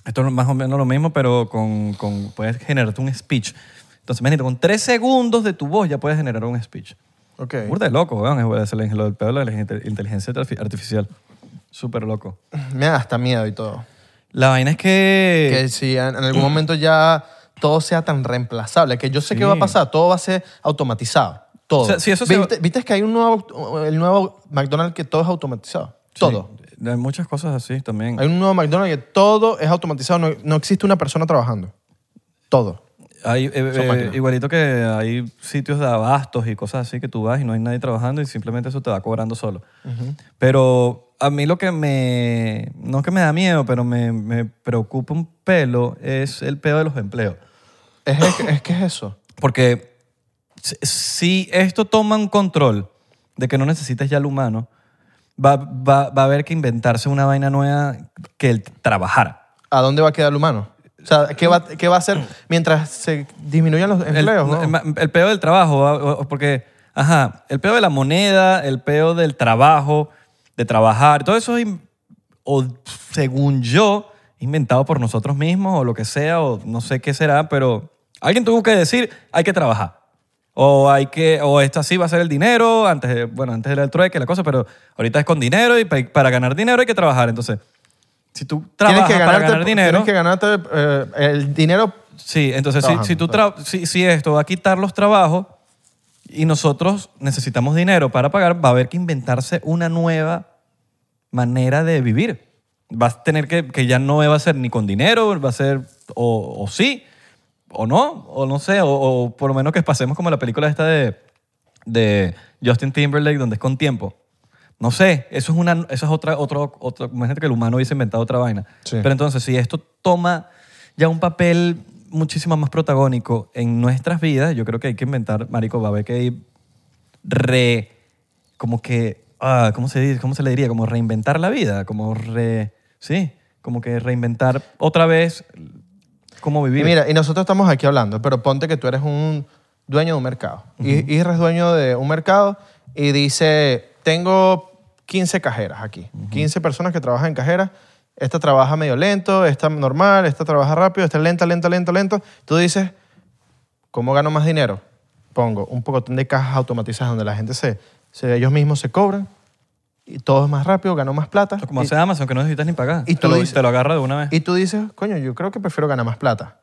C: Esto es más o menos lo mismo, pero con, con- puedes generarte un speech. Entonces, imagínate, con tres segundos de tu voz ya puedes generar un speech.
D: Ok.
C: Burda de loco, weón. Es el, lo del pedo de la inte- inteligencia artifi- artificial. Súper loco.
D: Me da hasta miedo y todo.
C: La vaina es
D: que
C: que...
D: si en, en algún momento ya todo sea tan reemplazable, que yo sé que va a pasar, todo va a ser automatizado, todo.
C: O sea, sí, eso se va-
D: ¿Viste, viste que hay un nuevo, el nuevo McDonald's que todo es automatizado? Todo.
C: Sí, hay muchas cosas así también.
D: Hay un nuevo McDonald's que todo es automatizado, no, no existe una persona trabajando. Todo.
C: Hay, eh, eh,
D: máquinas.
C: igualito que hay sitios de abastos y cosas así que tú vas y no hay nadie trabajando y simplemente eso te va cobrando solo. Pero a mí lo que me... No es que me da miedo, pero me, me preocupa un pelo es el pedo de los empleos.
D: Es, es, es que es eso.
C: Porque si- si esto toma un control de que no necesitas ya al humano, va, va- va a haber que inventarse una vaina nueva que el trabajar.
D: ¿A dónde va a quedar el humano? O sea, ¿qué va, qué va a hacer mientras se disminuyan los
C: El,
D: empleos? no?
C: el- el peor del trabajo, va- o- o- porque, ajá, el peor de la moneda, el peor del trabajo, de trabajar, todo eso, es in- o según yo, inventado por nosotros mismos o lo que sea, o no sé qué será, pero alguien tuvo que decir, hay que trabajar. O hay que, o esta sí va a ser el dinero, antes, bueno, antes era el trueque, la cosa, pero ahorita es con dinero y pa- para ganar dinero hay que trabajar. Entonces, si tú trabajas para
D: ganarte-
C: ganar dinero...
D: Tienes que ganarte eh, el dinero
C: Sí, entonces si,
D: Trabajando,
C: si, tú tra- si, si esto va a quitar los trabajos y nosotros necesitamos dinero para pagar, va a haber que inventarse una nueva manera de vivir. Vas a tener que, que ya no va a ser ni con dinero, va a ser o, o sí, o no, o no sé, o, o por lo menos que pasemos como la película esta de, de Justin Timberlake, donde es con tiempo. No sé, eso es, una, eso es otra, otro, otro, imagínate que el humano hubiese inventado otra vaina.
D: Sí.
C: Pero entonces, si esto toma ya un papel muchísimo más protagónico en nuestras vidas, yo creo que hay que inventar, marico, va a haber que ir re, como que ah, ¿cómo, se, dice? ¿cómo se le diría? Como reinventar la vida, como re, sí, como que reinventar otra vez cómo vivir.
D: Y mira, y nosotros estamos aquí hablando, pero ponte que tú eres un dueño de un mercado. Y Isra es dueño de un mercado y dice, tengo 15 cajeras aquí, 15 personas que trabajan en cajeras. Esta trabaja medio lento, esta normal, esta trabaja rápido, esta lenta, lenta, lenta, lenta. Tú dices, ¿Cómo gano más dinero? Pongo un pocotón de cajas automatizadas donde la gente se, se- ellos mismos se cobran y todo es más rápido, gano más plata.
C: O como
D: y,
C: hace Amazon, que no necesitas ni pagar.
D: y
C: te,
D: tú
C: lo,
D: dices-
C: te lo agarra de una vez.
D: y tú dices, coño, yo creo que prefiero ganar más plata,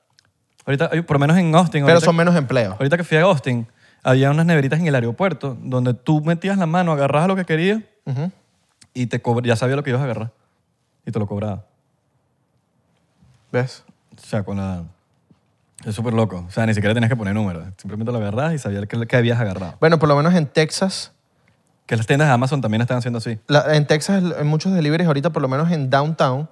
C: ahorita, oye, por lo menos en Austin.
D: pero
C: ahorita-
D: son menos empleos.
C: Ahorita que fui a Austin, había unas neveritas en el aeropuerto donde tú metías la mano, agarrabas lo que querías
D: Ujú.
C: y te cobra- ya sabía lo que ibas a agarrar. Y te lo cobraba.
D: ¿Ves?
C: O sea, con la... Es súper loco. O sea, ni siquiera tenías que poner números. Simplemente lo agarrabas y sabías que, que habías agarrado.
D: Bueno, por lo menos en Texas,
C: Que las tiendas de Amazon también están haciendo así.
D: la- en Texas en muchos deliveries ahorita, por lo menos en downtown,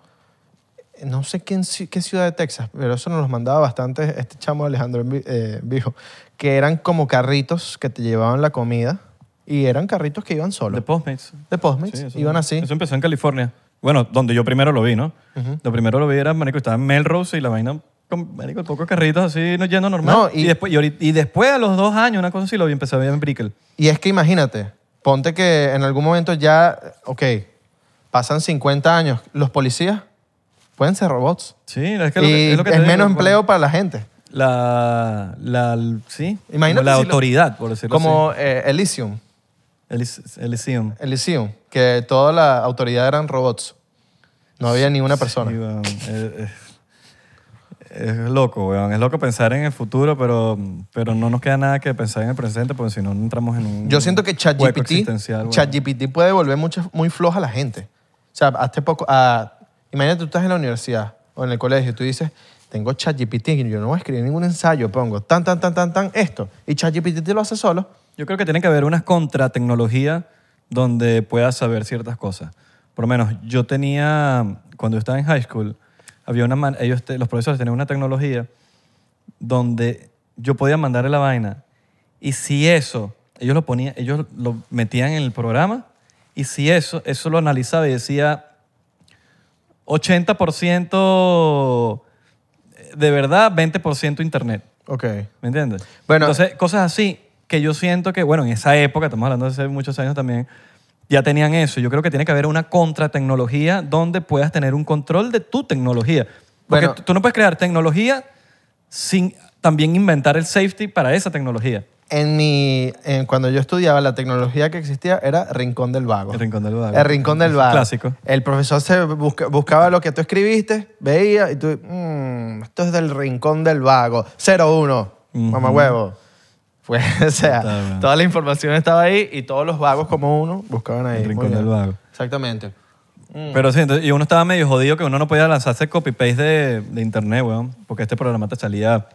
D: no sé qué, en ci- qué ciudad de Texas, pero eso nos los mandaba bastante este chamo Alejandro Envi- eh, Vijo, que eran como carritos que te llevaban la comida y eran carritos que iban solos.
C: De Postmates.
D: de Postmates.
C: Sí, eso-
D: Iban así.
C: Eso empezó en California. Bueno, donde yo primero lo vi, ¿no? Lo primero lo vi era, marico, estaba en Melrose y la vaina con, marico, pocos carritos así, no yendo normal.
D: No,
C: y...
D: y-
C: después, y, ahorita- y después a los dos años, una cosa así, lo vi, empecé a ver en Brickell.
D: Y es que imagínate, ponte que en algún momento ya, ok, pasan 50 años, los policías pueden ser robots.
C: Sí, es que
D: y
C: lo que-
D: es,
C: lo que te digo,
D: menos
C: cuando-
D: empleo para la gente.
C: La, la, sí,
D: Imagínate
C: como la
D: si lo-
C: autoridad, por decirlo
D: Como eh, Elysium,
C: así. Elis- Elysium.
D: Elysium, que toda la autoridad eran robots. No había ni una persona.
C: Sí, weón. Eh, eh, es loco, weón. Es loco pensar en el futuro, pero, pero no nos queda nada que pensar en el presente, porque si no, no entramos en un
D: Yo siento que
C: hueco
D: ChatGPT
C: existencial, weón.
D: ChatGPT puede volver mucha- muy floja a la gente. O sea, hace poco, ah, imagínate tú estás en la universidad o en el colegio y tú dices, tengo ChatGPT, y yo no voy a escribir ningún ensayo, pongo tan, tan, tan, tan, tan, esto. Y ChatGPT te lo hace solo.
C: Yo creo que tiene que haber unas contratecnología donde puedas saber ciertas cosas. Por lo menos yo tenía, cuando yo estaba en high school, había una man- ellos te- los profesores tenían una tecnología donde yo podía mandarle la vaina y si eso, ellos lo ponían, ellos lo metían en el programa y si eso, eso lo analizaba y decía 80% de verdad, 20% internet.
D: Ok.
C: ¿Me entiendes?
D: Bueno,
C: Entonces, cosas así que yo siento que, bueno, en esa época, estamos hablando de hace muchos años también, ya tenían eso. Yo creo que tiene que haber una contratecnología donde puedas tener un control de tu tecnología. Porque
D: Bueno.
C: tú- tú no puedes crear tecnología sin también inventar el safety para esa tecnología.
D: En mi, en- cuando yo estudiaba, la tecnología que existía era Rincón del Vago.
C: El Rincón del Vago.
D: El Rincón del Vago.
C: Clásico.
D: El profesor se busca- buscaba lo que tú escribiste, veía y tú, "Mm, esto es del Rincón del Vago, 01,
C: Ujú.
D: mamá huevo. Fue, o sea,
C: Totalmente.
D: toda la información estaba ahí y todos los vagos como uno buscaban ahí.
C: El
D: Muy
C: Rincón
D: bien.
C: del Vago.
D: Exactamente. Mm.
C: Pero sí, entonces, y uno estaba medio jodido que uno no podía lanzarse copy-paste de, de internet, weón, porque este programa te salía,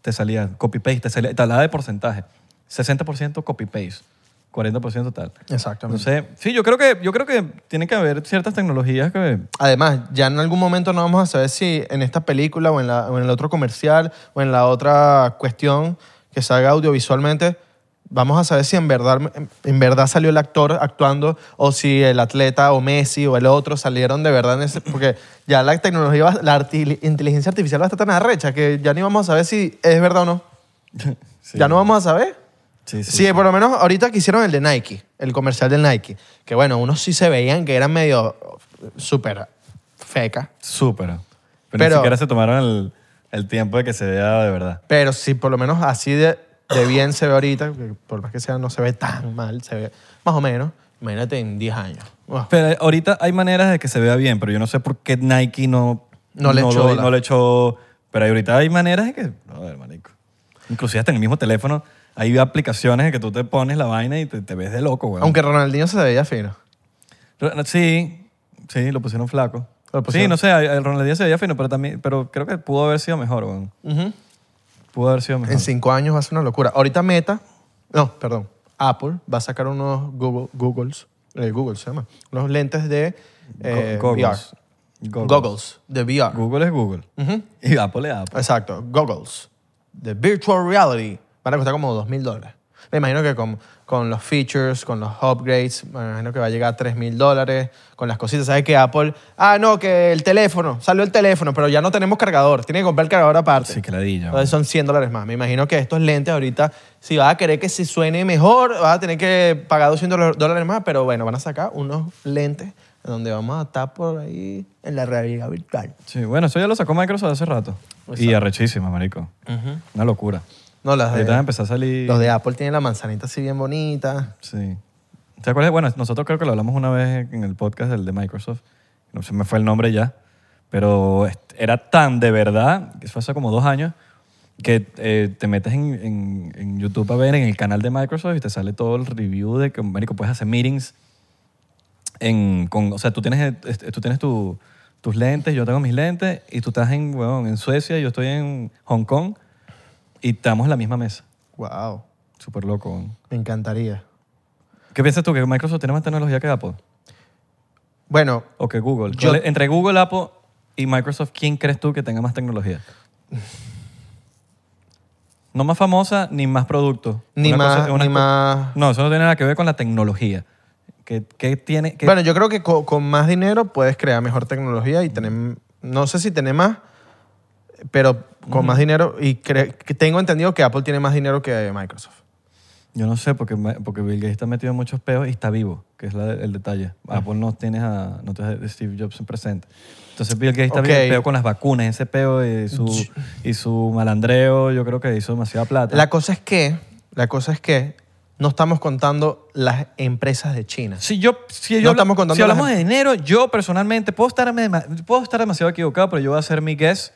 C: te salía copy-paste, te salía, te hablaba de porcentaje. 60% copy-paste, 40% tal.
D: Exactamente.
C: Entonces, sí, yo creo que, yo creo que tiene que haber ciertas tecnologías que...
D: Además, ya en algún momento no vamos a saber si en esta película o en, la- o en el otro comercial o en la otra cuestión que salga audiovisualmente, vamos a saber si en verdad, en verdad salió el actor actuando o si el atleta o Messi o el otro salieron de verdad. En ese, porque ya la tecnología, va- la arti- inteligencia artificial va a estar tan arrecha que ya ni vamos a saber si es verdad o no.
C: Sí.
D: Ya no vamos a saber.
C: Sí, sí.
D: Sí, por lo menos ahorita que hicieron el de Nike, el comercial del Nike, que bueno, unos sí se veían que eran medio eh, súper feca,
C: Súper. Pero, ni
D: Pero-
C: siquiera se tomaron el, el tiempo de que se vea de verdad.
D: pero sí por lo menos así de, de bien se ve ahorita, que por más que sea no se ve tan mal, se ve más o menos, imagínate en 10 años. Uah.
C: Pero ahorita hay maneras de que se vea bien, pero yo no sé por qué Nike no,
D: No le echó
C: lo-
D: la-
C: no le echó- Pero ahorita hay maneras de que. A ver, marico. Inclusive hasta en el mismo teléfono hay aplicaciones en que tú te pones la vaina y te, te ves de loco, güey.
D: Aunque Ronaldinho se veía fino.
C: Sí, sí, lo pusieron flaco.
D: Lo pusieron.
C: Sí, no sé, el Ronaldinho se veía fino, pero también, pero creo que pudo haber sido mejor, güey.
D: Ujú.
C: Pudo haber sido mejor.
D: En 5 años va a ser una locura. Ahorita Meta, no, perdón, Apple va a sacar unos Google, Googles, eh, Google se llama, unos lentes de eh,
C: Go- goggles.
D: VR. Goggles, de VR.
C: Google es Google.
D: Ujú.
C: Y Apple es Apple.
D: Exacto, goggles de virtual reality van a costar como dos mil dólares. Me imagino que con con los features, con los upgrades, me imagino que va a llegar a 3 mil dólares, con las cositas. ¿Sabes que Apple? Ah, no, que el teléfono, salió el teléfono, pero ya no tenemos cargador, tiene que comprar el cargador aparte.
C: Sí, que ladilla,
D: Entonces son 100 dólares más. Me imagino que estos lentes ahorita, si vas a querer que se suene mejor, vas a tener que pagar 200 dola- dólares más, pero bueno, van a sacar unos lentes en donde vamos a estar por ahí en la realidad virtual.
C: Sí, bueno, eso ya lo sacó Microsoft hace rato. Y arrechísima, marico. Una locura.
D: No, las de,
C: Ahorita van a empezar a salir...
D: los de Apple tienen la manzanita así bien bonita.
C: Sí. ¿Te acuerdas? Bueno, nosotros creo que lo hablamos una vez en el podcast del de Microsoft. No se me fue el nombre ya. Pero est- era tan de verdad, que fue hace como dos años, que eh, te metes en, en- en YouTube a ver en el canal de Microsoft y te sale todo el review de que, marico, puedes hacer meetings en, con, o sea, tú tienes, este, tú tienes tu- tus lentes, yo tengo mis lentes, y tú estás en, huevón, en Suecia, yo estoy en Hong Kong, y estamos en la misma mesa.
D: Wow,
C: Súper loco. huevón.
D: me encantaría.
C: ¿Qué piensas tú? ¿Que Microsoft tiene más tecnología que Apple?
D: Bueno,
C: ¿O que Google?
D: Yo-
C: ¿Cuál es- Entre Google, Apple y Microsoft, ¿quién crees tú que tenga más tecnología? No más famosa ni más producto.
D: Ni
C: Una
D: más-
C: cosa- una
D: ni
C: co-
D: más-
C: No, eso no tiene nada que ver con la tecnología. ¿Qué, qué tiene? qué-
D: Bueno, yo creo que co- con, más dinero puedes crear mejor tecnología y tener, no sé si tener más, pero con más dinero, y cre- que tengo entendido que Apple tiene más dinero que Microsoft.
C: Yo no sé, porque, me- porque Bill Gates está metido en muchos peos y está vivo, que es la- el detalle.
D: Ah.
C: Apple no tienes a, no tienes a Steve Jobs presente. Entonces Bill Gates está bien
D: Ok.
C: peo con las vacunas, ese peo y su, y su malandreo, yo creo que hizo demasiada plata.
D: La cosa es que, la cosa es que no estamos contando las empresas de China.
C: Si yo, si yo
D: No estamos contando
C: si
D: la
C: hablamos de
D: gente.
C: dinero, yo personalmente puedo estar, dema- puedo estar demasiado equivocado, pero yo voy a hacer mi guess.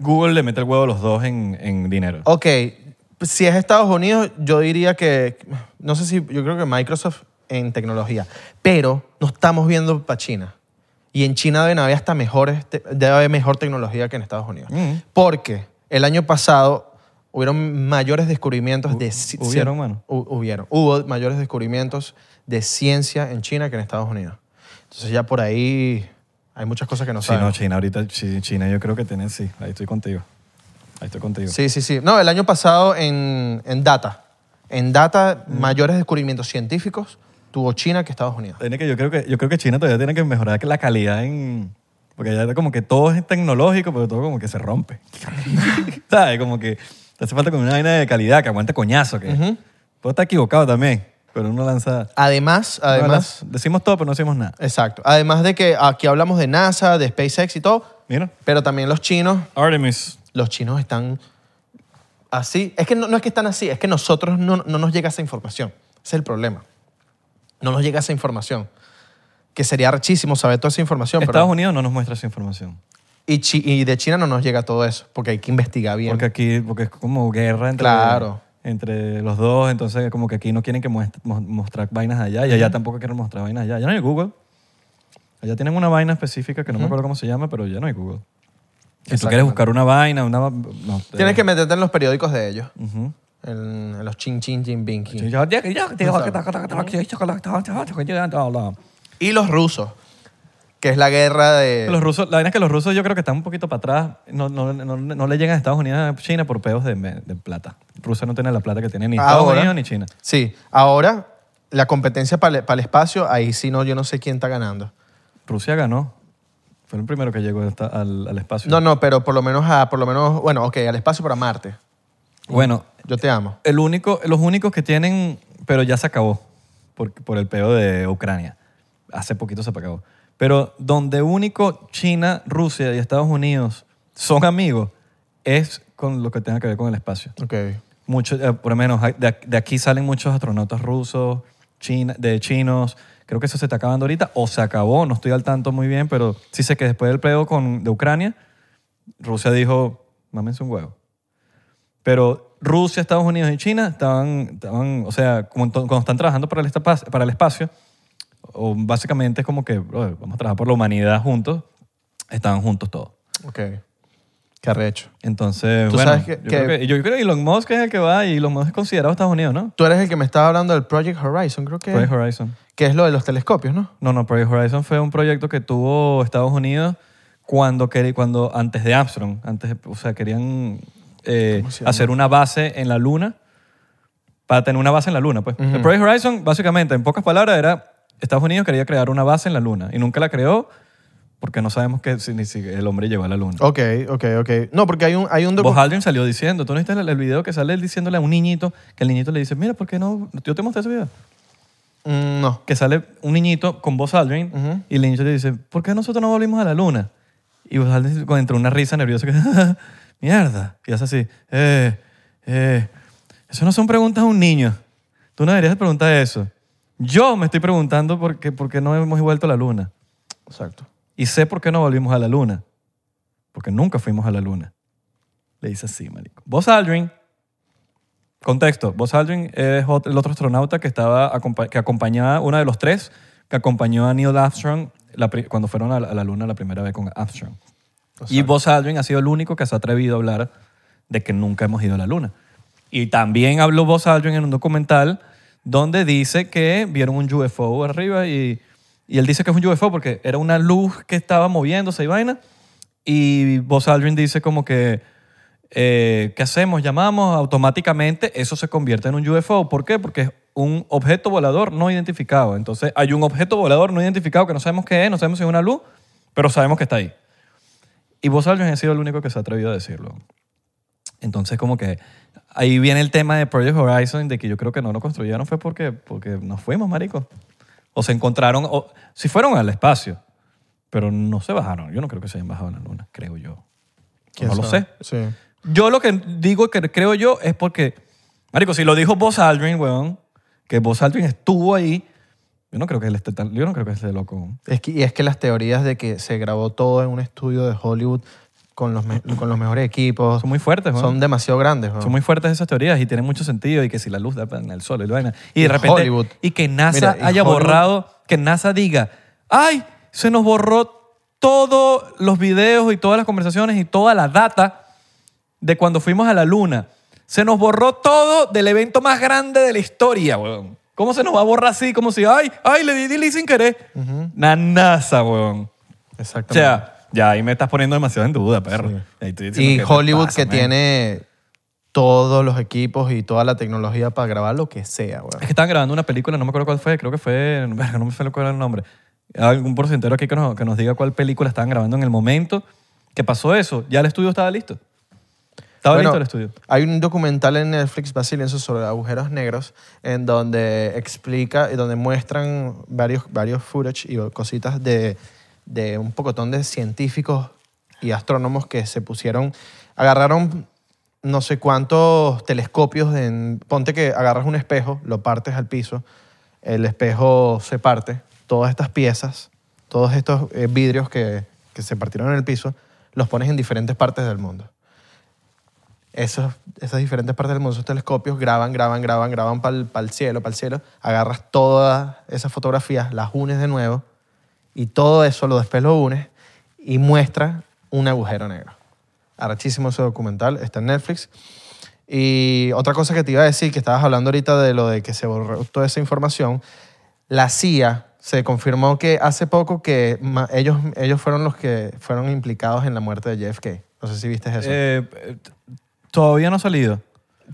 C: Google le mete el huevo a los dos en, en dinero.
D: Ok, si es Estados Unidos, yo diría que, no sé si, yo creo que Microsoft en tecnología, pero no estamos viendo para China. Y en China deben haber hasta mejores, te- debe haber mejor tecnología que en Estados Unidos.
C: Mm.
D: Porque el año pasado hubieron mayores descubrimientos de... ci-
C: hubieron,
D: cien-
C: mano.
D: hu- Hubieron. Hubo mayores descubrimientos de ciencia en China que en Estados Unidos. Entonces ya por ahí hay muchas cosas que no
C: sí, no,
D: sabemos.
C: China ahorita, sí, China yo creo que tienen, sí, ahí estoy contigo. Ahí estoy contigo.
D: Sí, sí, sí. No, el año pasado en, en Data. En Data, mayores descubrimientos científicos tuvo China que Estados Unidos.
C: Tiene que, yo, creo que, yo creo que China todavía tiene que mejorar la calidad en... Porque ya como que todo es tecnológico, pero todo como que se rompe. ¿Sabes? Como que te hace falta como una vaina de calidad que aguante coñazo. Que Puedo estar equivocado también, pero uno lanza...
D: Además,
C: uno
D: además,
C: lanza- decimos todo, pero no decimos nada.
D: exacto. Además de que aquí hablamos de NASA, de SpaceX y todo,
C: Mira.
D: pero también los chinos,
C: Artemis.
D: los chinos están así. Es que no, no es que están así, es que nosotros no, no nos llega esa información. Ese es el problema. No nos llega esa información. Que sería rechísimo saber toda esa información. pero-
C: Estados Unidos no nos muestra esa información.
D: y, chi- y de China no nos llega todo eso, porque hay que investigar bien.
C: Porque aquí, porque es como guerra entre,
D: Claro.
C: entre los dos, entonces como que aquí no quieren que muest- mos- mostrar vainas allá y allá tampoco quieren mostrar vainas allá. Ya no hay Google. Allá tienen una vaina específica que no me acuerdo cómo se llama, pero ya no hay Google. Si tú quieres buscar una vaina, una... va- No, te-
D: Tienes que meterte en los periódicos de ellos.
C: Ujú.
D: En, en los chin chin chin bin, kin. Y los rusos, que es la guerra de...
C: Los rusos, la vaina es que los rusos yo creo que están un poquito para atrás. No, no, no, no le llegan a Estados Unidos a China por pedos de, de plata. Rusia no tiene la plata que tiene ni Estados
D: Ahora-
C: Unidos ni China.
D: Sí, ahora la competencia para el espacio, ahí sí no, yo no sé quién está ganando.
C: Rusia ganó. Fue el primero que llegó hasta- al, al espacio.
D: No, no, pero por lo menos, a, por lo menos bueno, ok, al espacio para Marte.
C: Bueno,
D: Yo te amo.
C: el único, los únicos que tienen, pero ya se acabó por, por el peo de Ucrania. Hace poquito se acabó. Pero donde único China, Rusia y Estados Unidos son amigos es con lo que tenga que ver con el espacio.
D: Ok.
C: Muchos, eh, por lo menos hay- de, de aquí salen muchos astronautas rusos, china- de chinos. Creo que eso se está acabando ahorita o se acabó, no estoy al tanto muy bien, pero sí sé que después del pleo con, de Ucrania, Rusia dijo, mámense un huevo. Pero Rusia, Estados Unidos y China estaban, estaban o sea, como ento- cuando están trabajando para el, estapa- para el espacio, o básicamente es como que brother, vamos a trabajar por la humanidad juntos, estaban juntos todos.
D: Ok. Qué arrecho.
C: Entonces,
D: Tú
C: bueno,
D: sabes que-
C: yo, creo
D: que-
C: que, yo creo que Elon Musk es el que va y Elon Musk es considerado Estados Unidos, ¿no?
D: Tú eres el que me estaba hablando del Project Horizon, creo que...
C: Project Horizon.
D: Que es lo de los telescopios, ¿no?
C: No, no, Project Horizon fue un proyecto que tuvo Estados Unidos cuando, queri- cuando antes de Armstrong, antes, o sea, querían eh, hacer una base en la Luna para tener una base en la luna. Pues. El Project Horizon, básicamente, en pocas palabras, era Estados Unidos quería crear una base en la luna y nunca la creó porque no sabemos que si, ni si el hombre llegó a la luna.
D: Ok, ok, ok. No, porque hay un, hay un
C: Vos
D: docu-
C: Aldrin salió diciendo, tú no viste el, el video que sale él diciéndole a un niñito, que el niñito le dice, mira, ¿por qué no? Yo te mostré ese video.
D: Mm, No.
C: Que sale un niñito con Buzz Aldrin y el niñito le dice, ¿por qué nosotros no volvimos a la luna? Y Buzz Aldrin con- entre una risa nerviosa que, mierda. Y hace así, eh, eh, eso no son preguntas a un niño. Tú no deberías preguntar eso. Yo me estoy preguntando por qué, por qué no hemos vuelto a la luna.
D: Exacto.
C: Y sé por qué no volvimos a la luna. Porque nunca fuimos a la luna. Le dice así, marico. Buzz Aldrin. Contexto. Buzz Aldrin es ot- el otro astronauta que, estaba acompa- que acompañaba, uno de los tres, que acompañó a Neil Armstrong la pri- cuando fueron a la, a la luna la primera vez con Armstrong. Y Buzz Aldrin ha sido el único que se ha atrevido a hablar de que nunca hemos ido a la luna. Y también habló Buzz Aldrin en un documental donde dice que vieron un UFO arriba y, y él dice que es un UFO porque era una luz que estaba moviéndose y vaina. Y Buzz Aldrin dice como que, eh, ¿qué hacemos? Llamamos automáticamente, eso se convierte en un UFO. ¿Por qué? Porque es un objeto volador no identificado. Entonces hay un objeto volador no identificado que no sabemos qué es, no sabemos si es una luz, pero sabemos que está ahí. Y Buzz Aldrin ha sido el único que se ha atrevido a decirlo. Entonces, como que ahí viene el tema de Project Horizon, de que yo creo que no lo construyeron fue porque, porque nos fuimos, marico. O se encontraron, o si fueron al espacio, pero no se bajaron. Yo no creo que se hayan bajado a la luna, creo yo.
D: ¿Quién
C: No lo
D: sabe?
C: sé.
D: Sí.
C: Yo lo que digo que creo yo es porque, marico, si lo dijo Buzz Aldrin, weón, que Buzz Aldrin estuvo ahí, yo no creo que él esté tan, yo no creo que esté loco. weón.
D: Es que, y es que las teorías de que se grabó todo en un estudio de Hollywood con los, me- con los mejores equipos
C: Son muy fuertes, weón.
D: son demasiado grandes. weón.
C: Son muy fuertes esas teorías y tienen mucho sentido y que si la luz da en el sol y la vaina. Y de
D: Y
C: repente
D: Hollywood.
C: y que NASA
D: Mira, y
C: haya
D: Hollywood.
C: borrado, que NASA diga, "Ay, se nos borró todos los videos y todas las conversaciones y toda la data de cuando fuimos a la luna. Se nos borró todo del evento más grande de la historia, weón. ¿Cómo se nos va a borrar así? Como si, ay, ay, le di delete sin querer. Na NASA, weón. O
D: Exactamente.
C: sea, ya ahí me estás poniendo demasiado en duda, perro. Ahí estoy diciendo,
D: y
C: ¿qué te
D: Hollywood
C: pasa,
D: que
C: man?
D: tiene todos los equipos y toda la tecnología para grabar lo que sea. weón.
C: Es que estaban grabando una película, no me acuerdo cuál fue, creo que fue, verga, no me acuerdo cuál era el nombre. Algún porcentero aquí que nos, que nos diga cuál película estaban grabando en el momento que pasó eso. Ya el estudio estaba listo. Estaba
D: Bueno,
C: listo el estudio.
D: Hay un documental en Netflix brasileño sobre agujeros negros en donde explica y donde muestran varios, varios footage y cositas de, de un pocotón de científicos y astrónomos que se pusieron, agarraron no sé cuántos telescopios, en, ponte que agarras un espejo, lo partes al piso, el espejo se parte, todas estas piezas, todos estos eh, vidrios que, que se partieron en el piso, los pones en diferentes partes del mundo esos, esas diferentes partes del mundo, esos telescopios, graban, graban, graban, graban para el cielo, para el cielo, agarras todas esas fotografías, las unes de nuevo y todo eso lo después lo unes y muestra un agujero negro. Arrachísimo ese documental, está en Netflix. Y otra cosa que te iba a decir, que estabas hablando ahorita de lo de que se borró toda esa información, la CIA se confirmó que hace poco que ma- ellos, ellos fueron los que fueron implicados en la muerte de JFK. No sé si viste eso.
C: Eh, eh, t- todavía no ha salido.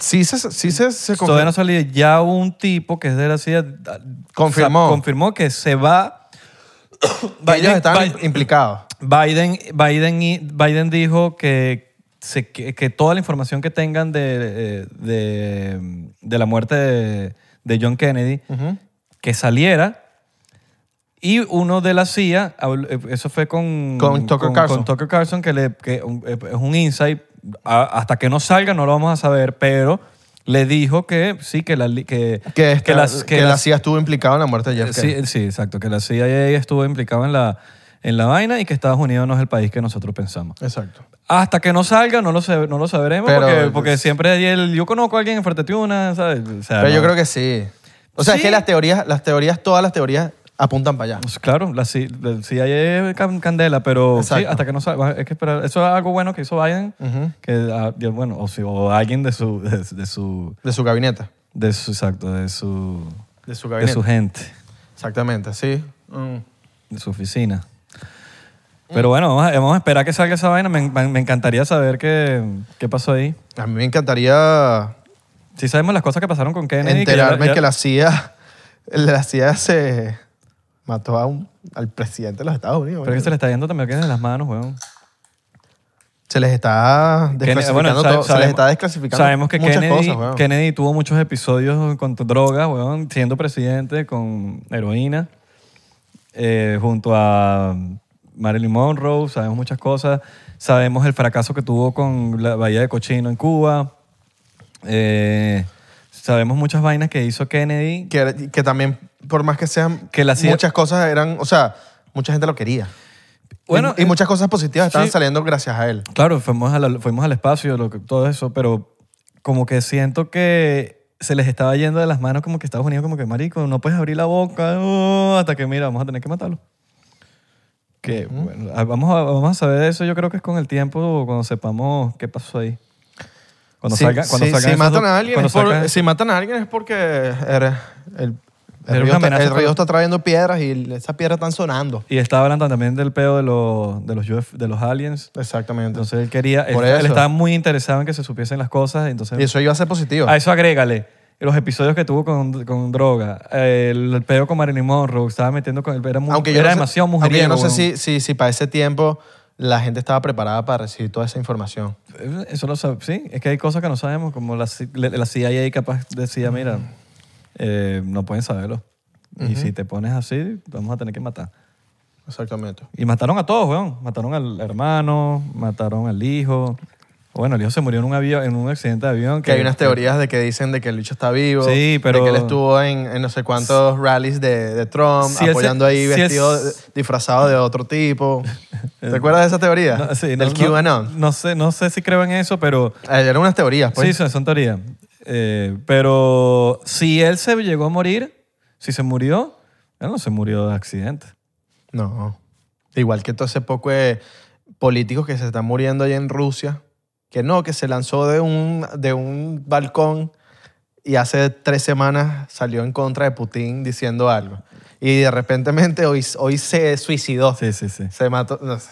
D: Sí se, sí se, se confir-
C: Todavía no ha salido. Ya un tipo que es de la CIA da-
D: Confirmó.
C: sa- confirmó que se va.
D: que ellos estaban
C: Biden-
D: implicados.
C: Biden, Biden, y- Biden dijo que, se- que, que toda la información que tengan de, eh, de, de la muerte de, de John Kennedy, que saliera. Y uno de la CIA, habl- eh, eso fue con,
D: Con Tucker Carlson.
C: con Tucker Carlson, que, le, que un- eh, es un insight. A- hasta que no salga no lo vamos a saber, pero le dijo que sí, que la, li- que,
D: Que, esta- que,
C: las- que
D: la
C: las-
D: CIA estuvo implicada en la muerte de JFK.
C: Eh, Sí, sí, exacto, que la CIA estuvo implicada en la, en la vaina y que Estados Unidos no es el país que nosotros pensamos.
D: Exacto.
C: Hasta que no salga, no lo, sab- no lo sabremos,
D: Pero-
C: porque, porque siempre hay el, yo conozco a alguien en Fuertetuna, ¿sabes? O sea,
D: Pero yo
C: no.
D: creo que sí. O sea, es
C: Sí.
D: que las teorías, las teorías, todas las teorías apuntan para allá.
C: Pues claro, la, C- la CIA es can- candela, pero sí,
D: Exacto.
C: hasta que no salga, es que esperar. Eso es algo bueno que hizo Biden, que, ah, y bueno, o, si- o alguien de su, de, de su,
D: De su gabinete.
C: de su, exacto, de su,
D: De su
C: de
D: gabinete.
C: su gente,
D: Exactamente, sí. Mm.
C: de su oficina. Pero bueno, vamos a, vamos a esperar que salga esa vaina. Me, me encantaría saber qué, qué pasó ahí.
D: A mí me encantaría
C: Sí sabemos las cosas que pasaron con Kennedy. que ya-
D: enterarme
C: ya-
D: que la CIA, la CIA se mató a un- al presidente de los Estados Unidos.
C: Pero es que se le está yendo también que es de las manos, weón.
D: Se les está
C: Kennedy-
D: desclasificando
C: sa-
D: todo. se les
C: sabemos-
D: está desclasificando
C: Sabemos que
D: muchas
C: Kennedy,
D: cosas, weón.
C: Kennedy tuvo muchos episodios con t- drogas, weón, siendo presidente, con heroína, eh, junto a Marilyn Monroe, sabemos muchas cosas. Sabemos el fracaso que tuvo con la Bahía de Cochino en Cuba. Eh, sabemos muchas vainas que hizo Kennedy.
D: que, que también, por más que sean,
C: Que la CIA
D: muchas cosas eran, o sea, mucha gente lo quería.
C: Bueno, eh,
D: y, y muchas cosas positivas estaban
C: sí.
D: saliendo gracias a él.
C: Claro, fuimos, a la- fuimos al espacio, lo que- todo eso, pero como que siento que se les estaba yendo de las manos como que Estados Unidos como que, marico, no puedes abrir la boca oh, hasta que, mira, vamos a tener que matarlo. Que, bueno, a- vamos a, vamos a saber eso, yo creo que es con el tiempo, cuando sepamos qué pasó ahí. Cuando
D: si,
C: salga- cuando
D: si-
C: salgan
D: si
C: esos
D: matan
C: doc-
D: a alguien
C: cuando
D: es por-
C: salgan-
D: si matan a alguien es porque era- el,
C: Era
D: el río,
C: una
D: está,
C: amenaza
D: el río
C: para-
D: está trayendo piedras y esas piedras están sonando.
C: Y estaba hablando también del pedo de los, de los, UF de los aliens.
D: Exactamente.
C: Entonces él quería, él,
D: Por
C: él
D: eso.
C: estaba muy interesado en que se supiesen las cosas. Entonces,
D: y eso iba a ser positivo.
C: A eso agrégale los episodios que tuvo con, con droga, el, pedo con Marilyn Monroe, estaba metiendo con él, era, mu-
D: aunque yo
C: era
D: no sé-
C: demasiado
D: aunque
C: mujeriego.
D: yo no sé
C: weón.
D: si, si, si para ese tiempo la gente estaba preparada para recibir toda esa información.
C: Eso lo sabemos, sí, es que hay cosas que no sabemos, como la, C- la- la CIA capaz decía, mira, eh, no pueden saberlo. Y si te pones así, te vamos a tener que matar.
D: Exactamente.
C: Y mataron a todos, weón. Mataron al hermano, mataron al hijo. Bueno, el hijo se murió en un avión, en un accidente de avión.
D: Que hay unas teorías de que dicen de que el bicho está vivo,
C: Este. Sí, pero-
D: de que él estuvo en, en no sé cuántos rallies de, de Trump,
C: Si él se-
D: apoyando ahí
C: si él
D: vestido,
C: se-
D: disfrazado de otro tipo. ¿Te acuerdas de esa teoría?
C: No, sí, no-
D: Del
C: no-
D: QAnon.
C: no sé, no sé si creo en eso, pero
D: Eh, Eran unas teorías,
C: Sí,
D: pues.
C: son, son teorías. Eh, pero si él se llegó a morir, si se murió, él no se murió de accidente.
D: No. Igual que todo ese poco de políticos que se están muriendo allá en Rusia, que no, que se lanzó de un, de un balcón y hace tres semanas salió en contra de Putin diciendo algo. Y de repente hoy, hoy se suicidó.
C: Sí, sí, sí.
D: Se mató. no sé.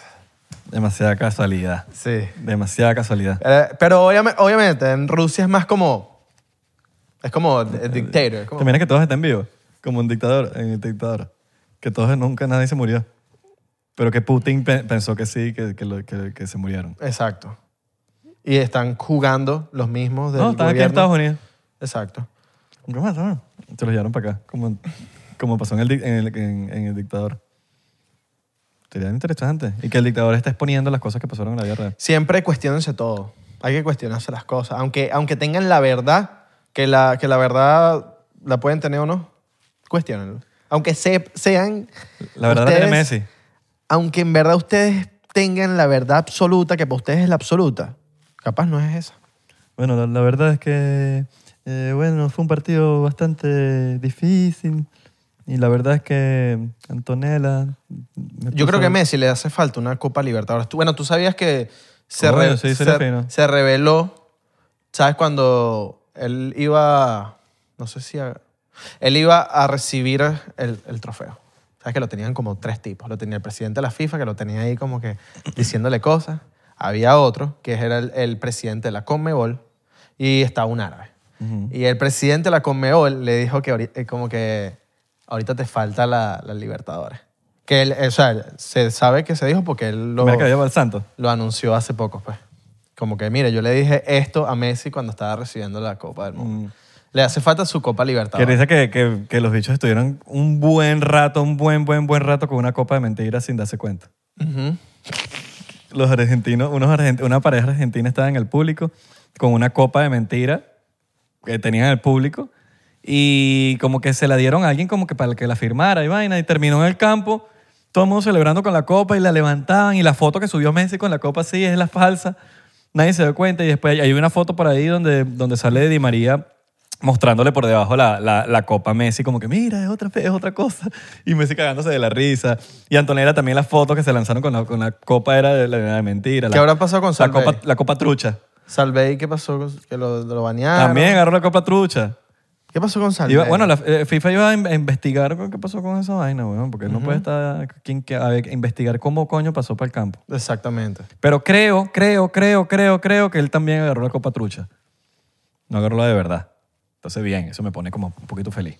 C: Demasiada casualidad.
D: Sí.
C: Demasiada casualidad.
D: Eh, Pero obviamente, obviamente en Rusia es más como. Es como el dictator. como-
C: También es que todos estén vivos, como un dictador, en el dictador. Que todos nunca nadie se murió. Pero que Putin pe- pensó que sí, que, que lo- que- que se murieron.
D: Exacto. Y están jugando los mismos del
C: No, están aquí en
D: gobierno.
C: Estados Unidos.
D: Exacto.
C: ¿Qué más? No, no. Se los llevaron para acá, como, como pasó en el, dic- en, el, en- en el dictador. Sería interesante. Y que el dictador está exponiendo las cosas que pasaron en la guerra.
D: Siempre cuestionense todo. Hay que cuestionarse las cosas. Aunque, aunque tengan la verdad, que la, que la verdad la pueden tener o no, cuestionenlo. Aunque se- sean.
C: La verdad la
D: ustedes-
C: tiene Messi.
D: Aunque en verdad ustedes tengan la verdad absoluta, que para ustedes es la absoluta, capaz no es esa.
C: Bueno, la, la verdad es que eh, bueno, fue un partido bastante difícil. Y la verdad es que Antonella... me
D: Yo creo
C: puso-
D: que a Messi le hace falta una Copa Libertadores. Tú- bueno, tú sabías que se,
C: Coño,
D: re-
C: sí, sería
D: se,
C: fino.
D: se reveló, ¿sabes? Cuando él iba, no sé si, a- él iba a recibir el, el trofeo. ¿Sabes? Que lo tenían como tres tipos. Lo tenía el presidente de la FIFA, que lo tenía ahí como que diciéndole cosas. Había otro, que era el, el presidente de la Conmebol, y estaba un árabe. Y el presidente de la Conmebol le dijo que ahori- eh, como que ahorita te falta la, la Libertadores. Que él, eh, o sea, él- se sabe que se dijo porque él lo,
C: Mira que había para el Santos.
D: lo anunció hace poco, pues. Como que, mire, yo le dije esto a Messi cuando estaba recibiendo la Copa del Mundo.
C: Mm.
D: Le hace falta su Copa
C: Que
D: Libertadores.
C: dice que, que, que los bichos estuvieron un buen rato, un buen, buen, buen rato con una copa de mentiras sin darse cuenta.
D: Ujú.
C: los argentinos, unos argent- una pareja argentina estaba en el público con una copa de mentira que tenían en el público y como que se la dieron a alguien como que para que la firmara y vaina y terminó en el campo todo el mundo celebrando con la copa y la levantaban y la foto que subió Messi con la copa sí es la falsa nadie se dio cuenta y después hay una foto por ahí donde, donde sale Di María mostrándole por debajo la, la- la copa a Messi como que mira es otra, es otra cosa y Messi cagándose de la risa y Antonella también las fotos que se lanzaron con la, con la copa era de, la- de mentira
D: ¿Qué
C: la-
D: habrá pasado con
C: la
D: Salvey?
C: copa, la copa trucha
D: Salvey, ¿qué pasó? con- Que lo, lo bañaron.
C: también agarró la copa trucha
D: ¿Qué pasó con Salvey?
C: Iba- bueno, la eh, FIFA iba a in- a investigar qué pasó con esa vaina, weón, porque no puede estar quien que- a ver, investigar cómo coño pasó para el campo.
D: Exactamente.
C: Pero creo, creo, creo, creo, creo que él también agarró la copa trucha. No agarró la de verdad. Entonces, bien, eso me pone como un poquito feliz.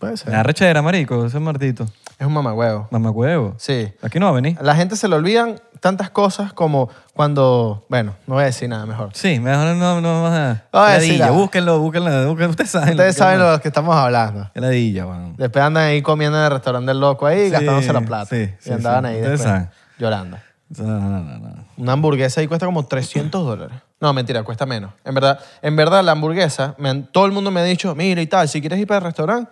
D: Puede
C: Me da
D: ser.
C: rechera, marico, ese martito.
D: Es un mamagüevo.
C: Mamacuevo.
D: Sí.
C: Aquí no va a venir.
D: La gente se le olvidan tantas cosas como cuando. Bueno, no voy a decir nada mejor.
C: Sí, mejor no, no más nada.
D: Voy a decir
C: Ladilla,
D: algo.
C: búsquenlo, búsquenlo, búsquenlo. Ustedes saben. lo
D: Ah, Ustedes
C: que-
D: saben lo que estamos hablando.
C: Qué ladilla, weón.
D: Después andan ahí comiendo en el restaurante del loco ahí y
C: Sí,
D: gastándose la plata.
C: sí, sí,
D: y andaban
C: sí.
D: ahí
C: Ustedes
D: después
C: saben.
D: llorando.
C: No, no, no, no.
D: Una hamburguesa ahí cuesta como 300 dólares. No, mentira, cuesta menos. En verdad, en verdad la hamburguesa, me han- todo el mundo me ha dicho, mira y tal, si quieres ir para el restaurante,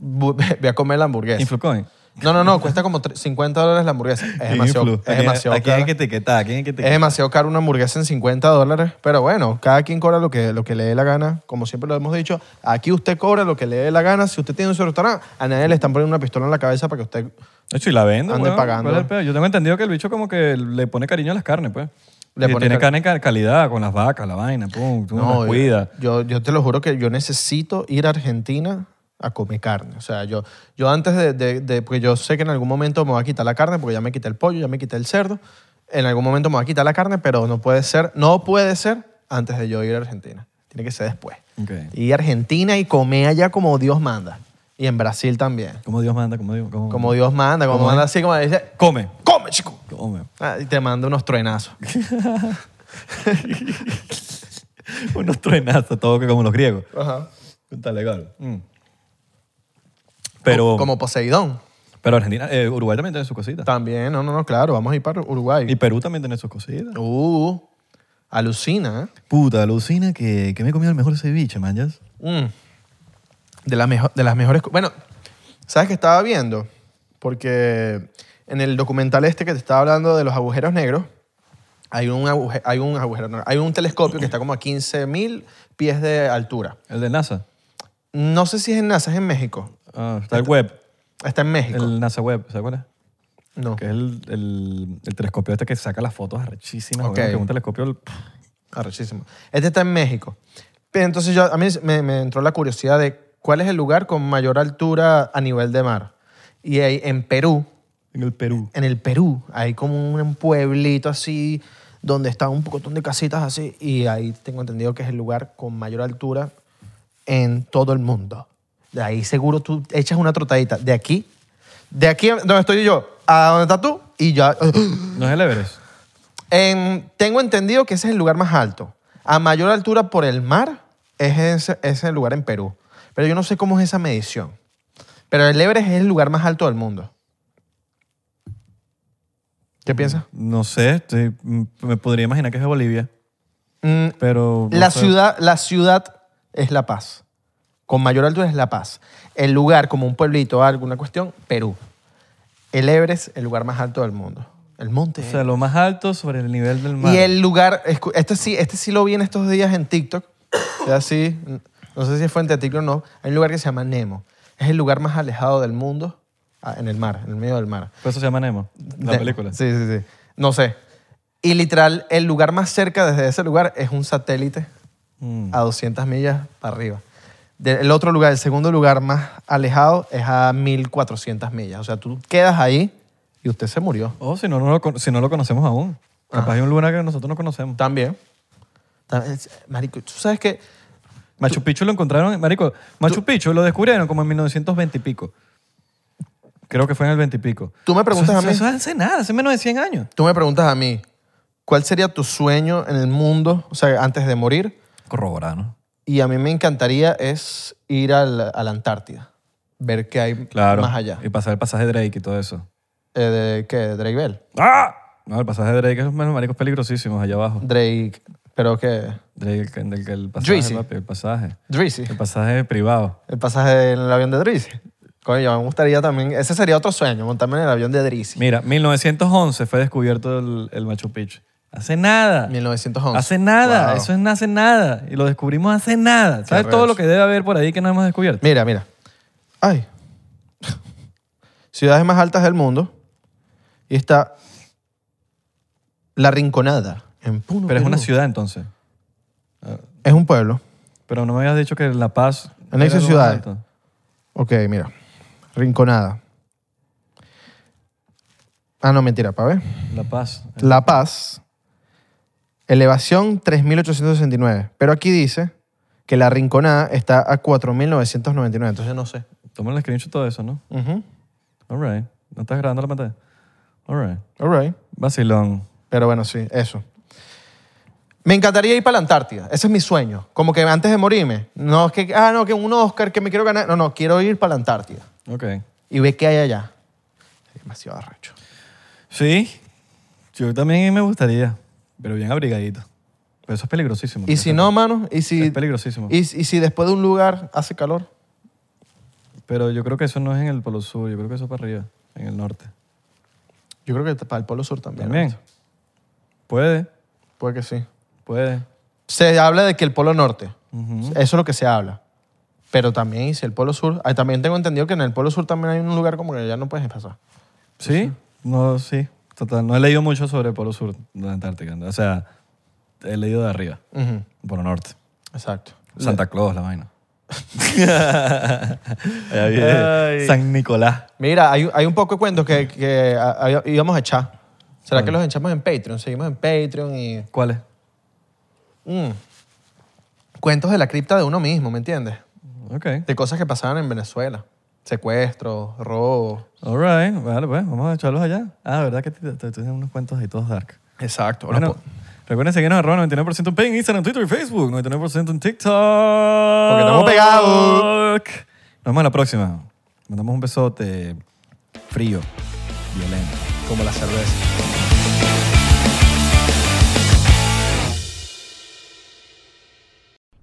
D: bu- ve a comer la hamburguesa.
C: Influcoin.
D: No, no, no, cuesta como tre- 50 dólares la hamburguesa. Es demasiado,
C: Influ.
D: es
C: Aquí-
D: demasiado
C: Aquí hay
D: caro.
C: que etiquetar, aquí hay que
D: Es
C: etiquetar.
D: demasiado caro una hamburguesa en 50 dólares, pero bueno, cada quien cobra lo que, lo que le dé la gana, como siempre lo hemos dicho. Aquí usted cobra lo que le dé la gana. Si usted tiene un restaurante, a nadie le están poniendo una pistola en la cabeza para que usted...
C: De hecho, y la vendo,
D: Ande
C: weón.
D: pagando.
C: ¿Cuál es el pedo? Yo tengo entendido que el bicho como que le pone cariño a las carnes, pues.
D: Le
C: Le
D: pone
C: tiene
D: car-
C: carne de calidad con las vacas, la vaina, pum, tú las
D: yo-
C: cuida.
D: Yo, yo te lo juro que yo necesito ir a Argentina a comer carne. O sea, yo, yo antes de, de- de- Porque yo sé que en algún momento me voy a quitar la carne, porque ya me quité el pollo, ya me quité el cerdo. En algún momento me voy a quitar la carne, pero no puede ser, no puede ser antes de yo ir a Argentina. Tiene que ser después.
C: Ok.
D: Y Argentina y comer allá como Dios manda. Y en Brasil también.
C: Como Dios manda, como Dios. Como,
D: Como Dios manda, como
C: ¿Cómo
D: manda
C: es?
D: así, como dice,
C: Come,
D: come, chico.
C: come.
D: Ah, y te manda unos truenazos.
C: Unos truenazos, todo que como los griegos.
D: Ajá.
C: Está legal. Mm. Pero,
D: Como Poseidón.
C: pero Argentina, eh, Uruguay también tiene sus cositas.
D: También, no, no, no, claro, vamos a ir para Uruguay.
C: Y Perú también tiene sus cositas.
D: Uh, alucina, ¿eh?
C: Puta, alucina que, que me he comido el mejor ceviche, manjas.
D: Mm. De, la mejo- de las mejores... co- Bueno, ¿sabes qué estaba viendo? Porque en el documental este que te estaba hablando de los agujeros negros, hay un, aguje- hay un agujero negro, hay un telescopio que está como a 15.000 pies de altura.
C: El de NASA.
D: No sé si es en NASA, es en México.
C: Ah, está el web.
D: Está en México.
C: El NASA web, ¿se acuerdan?
D: no.
C: Que es el, el, el telescopio este que saca las fotos arrechísimas.
D: Ok.
C: weón, Que es un telescopio... pff,
D: Arrechísimo. Este está en México. Pero entonces yo, a mí me, me entró la curiosidad de cuál es el lugar con mayor altura a nivel de mar. Y ahí en Perú,
C: En el Perú.
D: en el Perú, hay como un pueblito así donde está un pocotón de casitas así y ahí tengo entendido que es el lugar con mayor altura en todo el mundo. De ahí seguro tú echas una trotadita de aquí, de aquí a- donde estoy yo, a donde estás tú y ya...
C: No es el Everest.
D: En- tengo entendido que ese es el lugar más alto. A mayor altura por el mar es ese, ese es el lugar en Perú. Pero yo no sé cómo es esa medición. Pero el Everest es el lugar más alto del mundo. ¿Qué
C: Mm.
D: piensas?
C: No sé, estoy- me podría imaginar que es de Bolivia,
D: Mm,
C: pero... no
D: la,
C: sé.
D: ciudad, la ciudad es La Paz. Con mayor altura es La Paz. El lugar, como un pueblito, alguna cuestión, Perú. El Everest, el lugar más alto del mundo. El monte.
C: O
D: Everest.
C: sea, lo más alto sobre el nivel del mar.
D: Y el lugar, escu- este sí, este sí lo vi en estos días en TikTok. Es así, no sé si fue en TikTok o no. Hay un lugar que se llama Nemo. Es el lugar más alejado del mundo ah, en el mar, en el medio del mar.
C: Por eso se llama Nemo, la
D: Ne-
C: película.
D: Sí, sí, sí. No sé. Y literal, el lugar más cerca desde ese lugar es un satélite
C: Mm.
D: a 200 millas para arriba. De- el otro lugar, el segundo lugar más alejado es a 1400 millas. O sea, tú quedas ahí y usted se murió.
C: O Oh, si no, no lo, con- si no lo conocemos aún. Capaz hay un lugar que nosotros no conocemos.
D: También. Ta- es- Marico, tú sabes que
C: Machu Picchu lo encontraron, marico, Machu Picchu lo descubrieron como en 1920 y pico. Creo que fue en el 20 y pico.
D: Tú me preguntas
C: Eso-
D: a mí.
C: Eso hace nada, hace menos de 100 años.
D: tú me preguntas a mí, ¿cuál sería tu sueño en el mundo, o sea, antes de morir?
C: Corroborado, ¿no?
D: Y a mí me encantaría es ir al- a la Antártida, ver qué hay
C: Claro.
D: más allá.
C: Y pasar el pasaje Drake y todo eso.
D: Eh, de, ¿Qué? ¿Drake Bell?
C: ¡Ah! No, el pasaje de Drake es uno de los maricos peligrosísimos allá abajo.
D: Drake, pero qué...
C: Drake, el, el- el pasaje,
D: Drizzy.
C: papi, el pasaje.
D: Drizzy.
C: El pasaje privado.
D: El pasaje en el avión de Drizzy. Coño, me gustaría también... Ese sería otro sueño, montarme en el avión de Drizzy.
C: Mira, 1911 fue descubierto el, el Machu Picchu. Hace nada.
D: 1911.
C: Hace nada.
D: Wow.
C: Eso es hace nada. Y lo descubrimos hace nada. ¿Sabes todo
D: recho.
C: lo que debe haber por ahí que no hemos descubierto?
D: Mira, mira. Ay. Ciudades más altas del mundo. Y está La Rinconada, en Puno.
C: Pero es una
D: Perú.
C: ciudad entonces.
D: Es un pueblo.
C: Pero no me habías dicho que La Paz.
D: Han hecho
C: era lo más
D: ciudades.
C: alto.
D: Ok, mira. Rinconada. Ah, no, mentira, para ver.
C: La Paz.
D: La Paz. Elevación 3869. Pero aquí dice que la rinconada está a 4.999. Entonces no sé.
C: Toma el screenshot todo eso, ¿no?
D: Ujú.
C: All right. ¿No estás grabando la pantalla? All right.
D: All right.
C: Vacilón.
D: Pero bueno, sí, eso. Me encantaría ir para la Antártida. Ese es mi sueño. Como que antes de morirme. No es que, ah, no, que un Oscar que me quiero ganar. No, no, quiero ir para la Antártida
C: Ok.
D: y ver qué hay allá. Es demasiado arrecho.
C: Sí. Yo también me gustaría, pero bien abrigadito. Pero eso es peligrosísimo.
D: Y si no, mano, y si.
C: Es peligrosísimo.
D: Y, y si después de un lugar hace calor.
C: Pero yo creo que eso no es en el Polo Sur, yo creo que eso es para arriba, en el norte.
D: Yo creo que para el Polo Sur también.
C: También.
D: ¿no?
C: Puede,
D: Puede que sí.
C: puede.
D: Se habla de que el Polo Norte. Eso es lo que se habla. Pero también, y si el Polo Sur. ah, También tengo entendido que en el Polo Sur también hay un lugar como que ya no puedes pasar.
C: ¿Sí? No, sí. Total, no he leído mucho sobre el Polo Sur de la Antártica. O sea, he leído de arriba,
D: Ujú,
C: Polo Norte.
D: Exacto.
C: Santa Claus, la vaina. Allá viene
D: Ay.
C: San Nicolás.
D: Mira, hay, hay un poco de cuentos que, que a- a- íbamos a echar. ¿Será que los echamos en Patreon? Seguimos en Patreon y...
C: ¿Cuál es?
D: mm, cuentos de la cripta de uno mismo, ¿me entiendes?
C: Ok.
D: De cosas que pasaban en Venezuela. Secuestros, robos.
C: All right. Vale, pues vamos a echarlos allá. Ah, ¿verdad que te- te- tienes unos cuentos ahí todos dark?
D: Exacto.
C: Bueno, recuerden seguirnos arroba 99% en Pay, en Instagram, Twitter y Facebook. 99% en TikTok. Porque
D: estamos pegados.
C: Nos vemos en la próxima. Mandamos un besote frío, violento.
D: como la cerveza.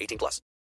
E: 18 plus.